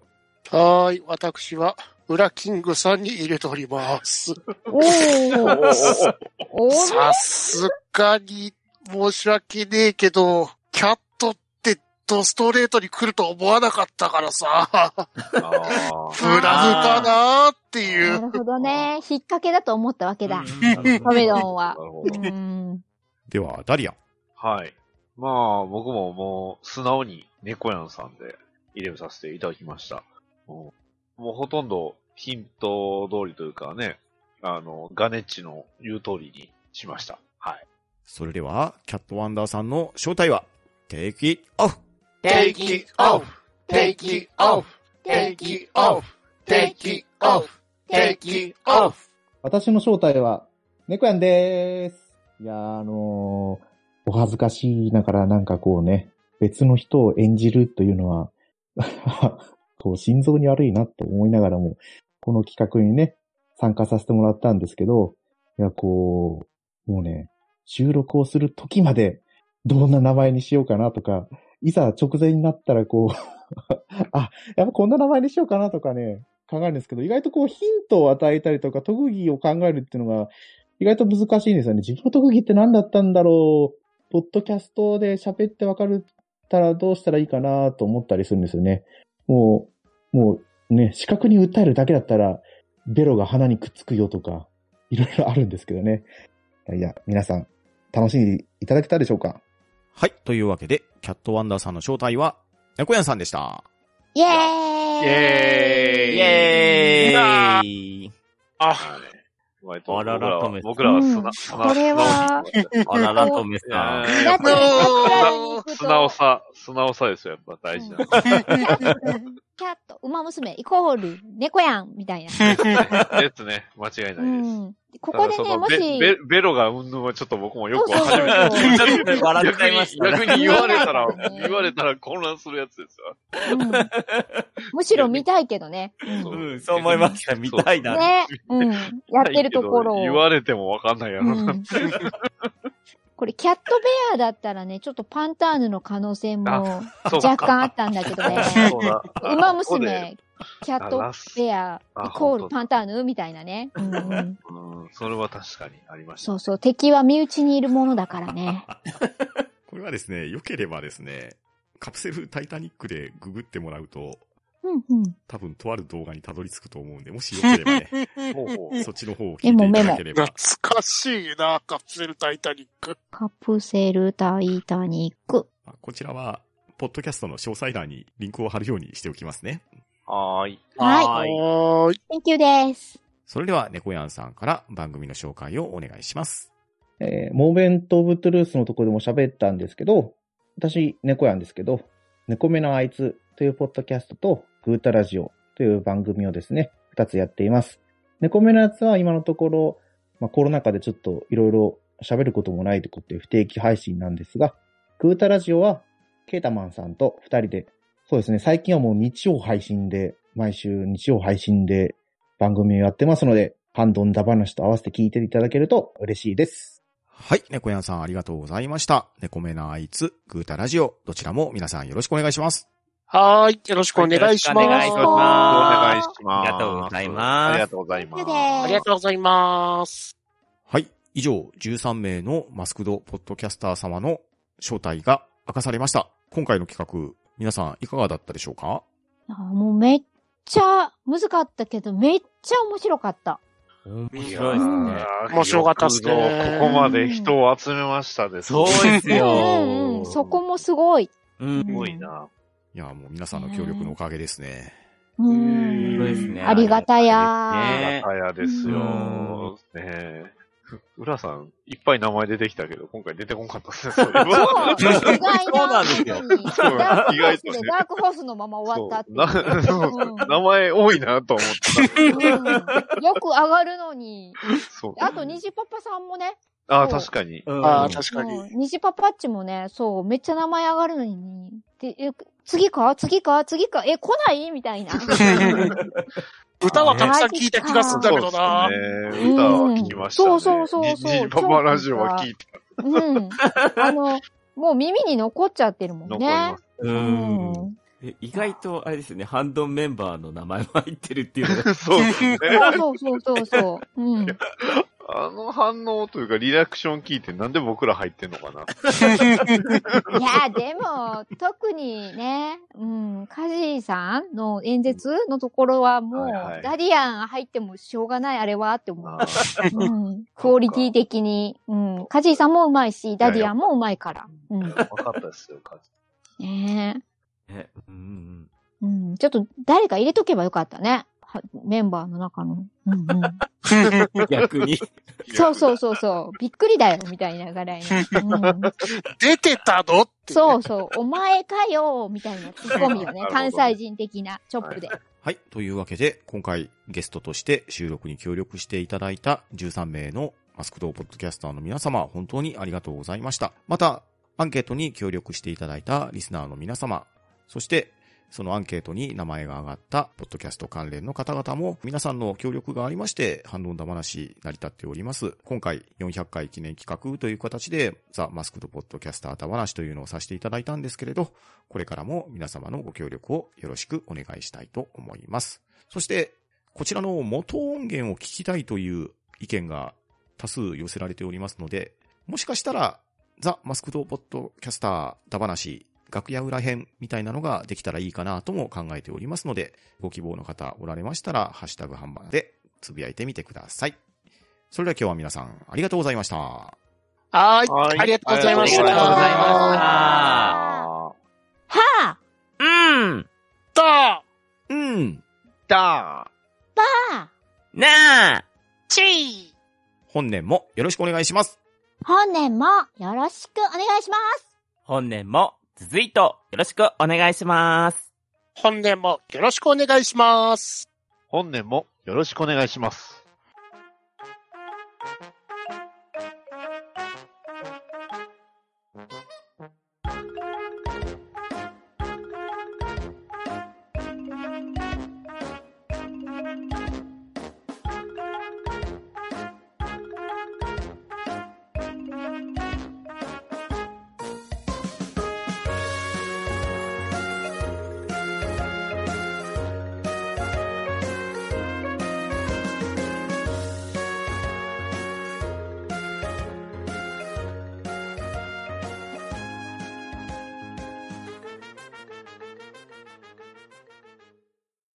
はーい、私は、裏キングさんに入れております。おーおーさすがに、申し訳ねえけど、キャットってドストレートに来ると思わなかったからさ、プラフかなーっていう。なるほどね。引っ掛けだと思ったわけだ。カメドンは。うん。では、ダリアン。はい。まあ、僕ももう、素直に猫やんさんで入れさせていただきました。もう、もうほとんどヒント通りというかね、あの、ガネッチの言う通りにしました。はい。それでは、キャットワンダーさんの正体は、テイキーオフ Take it off. Take it off. Take it off. Take it off. Take it off. 私の正体は、猫やんでーす。いやー、あのーお恥ずかしいながらなんかこうね、別の人を演じるというのは、 こう、心臓に悪いなと思いながらも、この企画にね、参加させてもらったんですけど、いや、こう、もうね、収録をする時まで、どんな名前にしようかなとか、いざ直前になったらこう、あ、やっぱこんな名前にしようかなとかね、考えるんですけど、意外とこうヒントを与えたりとか、特技を考えるっていうのが、意外と難しいんですよね。自分の特技って何だったんだろう。ポッドキャストで喋ってわかるったらどうしたらいいかなと思ったりするんですよね。もう、もうね、視覚に訴えるだけだったら、ベロが鼻にくっつくよとか、いろいろあるんですけどね。いやいや、皆さん、楽しんでいただけたでしょうかはい、というわけで、キャットワンダーさんの正体は、猫やんさんでした。イェーイイェーイイェーえイい、あ、割とあららとめ僕らは素直素直これは素直にあららとめさんいやいやだやっってぱり桜素直さ、素直さですよ、やっぱ大事なの。 キャット、馬娘、イコール、猫やん、みた いでな。すね。間違いないです。うん。ここでただそね、のもベし、ベベロがうんぬんはちょっと僕もよくわかりそうそうそうそうま笑っせちゃいましたね逆に逆に言われたら、 言われたら混乱するやつですよ。むしろ見たいけどね。うん、そう思いました。見たいな。ね。うん。やってるところを。言われてもわかんないやろなって。これ、キャットベアだったらね、ちょっとパンターヌの可能性もあそうか若干あったんだけどねそうだ。馬ここで娘、キャットベア、あイコー本ル当パンターヌみたいなね。うんうんうん、それは確かにありました。そうそう、敵は身内にいるものだからね。これはですね、良ければですね、カプセルタイタニックでググってもらうと、うんうん。多分とある動画にたどり着くと思うんで、もしよければ ねもうそっちの方を聞メいモていメたモだければ。懐かしいな、カプセルタイタニック。カプセルタイタニック。こちらは、ポッドキャストの詳細欄にリンクを貼るようにしておきますね。はーい。はい。Thank you です。それでは、猫やんさんから番組の紹介をお願いします。えーモーメント・オブ・トゥルースのところでも喋ったんですけど、私、猫やんですけど、猫目のあいつというポッドキャストと、グータラジオという番組をですね、二つやっています。猫目のやつは今のところ、まあ、コロナ禍でちょっといろいろ喋ることもないということで不定期配信なんですが、グータラジオはケータマンさんと二人で、そうですね、最近はもう日曜配信で、毎週日曜配信で番組をやってますので、ハンドンダ話と合わせて聞いていただけると嬉しいです。はい、猫やんさんありがとうございました。猫目なあいつ、グータラジオ、どちらも皆さんよろしくお願いします。はーい、よろしくお願いします。よろしくお願いします願いしますありがとうございます。ありがとうございます。ありがとうございます。はい、以上、13名のマスクドポッドキャスター様の正体が明かされました。今回の企画、皆さんいかがだったでしょうかあもうめっちゃ難かったけど、めっちゃ面白かった。面白いですね面白かったっすねここまで人を集めましたです。そうですうんうん、そこもすごい。うん。すごいな。いや、もう皆さんの協力のおかげですね。うん。そうですね。ありがたねや。え。やですよ。ねえ。浦さん、いっぱい名前出てきたけど、今回出てこなかったですね、そういえばそう意外なそうなんですよ。ダー意クホー外スとねで、。ダークホースのまま終わったっていうなそう名前多いなと思ってた。よく上がるのに。そうあと、虹パパさんもね。ああ、そう確かに。あー確かに。虹パパっちもね、そう、めっちゃ名前上がるのに、ね、で、え次か次か次かえ、来ないみたいな。歌はたくさん聞いた気がするんだけどな。ね歌は聞きましたね。そうそうそうそうににじパパラジオは聞いてうん。あの、もう耳に残っちゃってるもんね。うん。え意外と、あれですよね、ハンドンメンバーの名前も入ってるっていうのが。 そうですねそうそうそうそう。うん。あの反応というか、リアクション聞いて、なんで僕ら入ってんのか な。いや、でも、特にね、うん、カジーさんの演説のところはもう、はいはいダリアン入ってもしょうがない、あれはって思う。ーうん、クオリティ的に。うん、カジーさんもうまいし、ダリアンもうまいから。うん。わかったですよ、カねズ。ねうんえ。うん、ちょっと誰か入れとけばよかったね。はメンバーの中の。うんうん。うん 逆に。そうそうそうそう。びっくりだよ、みたいなぐらい の。うん 出てたのそうそう。お前かよ、みたいなツッコミよね なるほ。ど関西人的なチョップで。はい。というわけで、今回ゲストとして収録に協力していただいた13名のマスクドポッドキャスターの皆様、本当にありがとうございました。また、アンケートに協力していただいたリスナーの皆様、そして、そのアンケートに名前が挙がった、ポッドキャスト関連の方々も、皆さんの協力がありまして、反論だ話、成り立っております。今回、400回記念企画という形で、ザ・マスクド・ポッドキャスターだ話というのをさせていただいたんですけれど、これからも皆様のご協力をよろしくお願いしたいと思います。そして、こちらの元音源を聞きたいという意見が多数寄せられておりますので、もしかしたら、ザ・マスクド・ポッドキャスター、だ話、楽屋裏編みたいなのができたらいいかなとも考えておりますので、ご希望の方おられましたら、ハッシュタグハンバーでつぶやいてみてください。それでは今日は皆さん、ありがとうございました。ははーいい。ありがとうございました。ありがとうございましたはあうんだうんだばあなあちい本年もよろしくお願いします。本年もよろしくお願いします。 本年も、続いと、よろしくお願いします。本年もよろしくお願いします。本年もよろしくお願いします。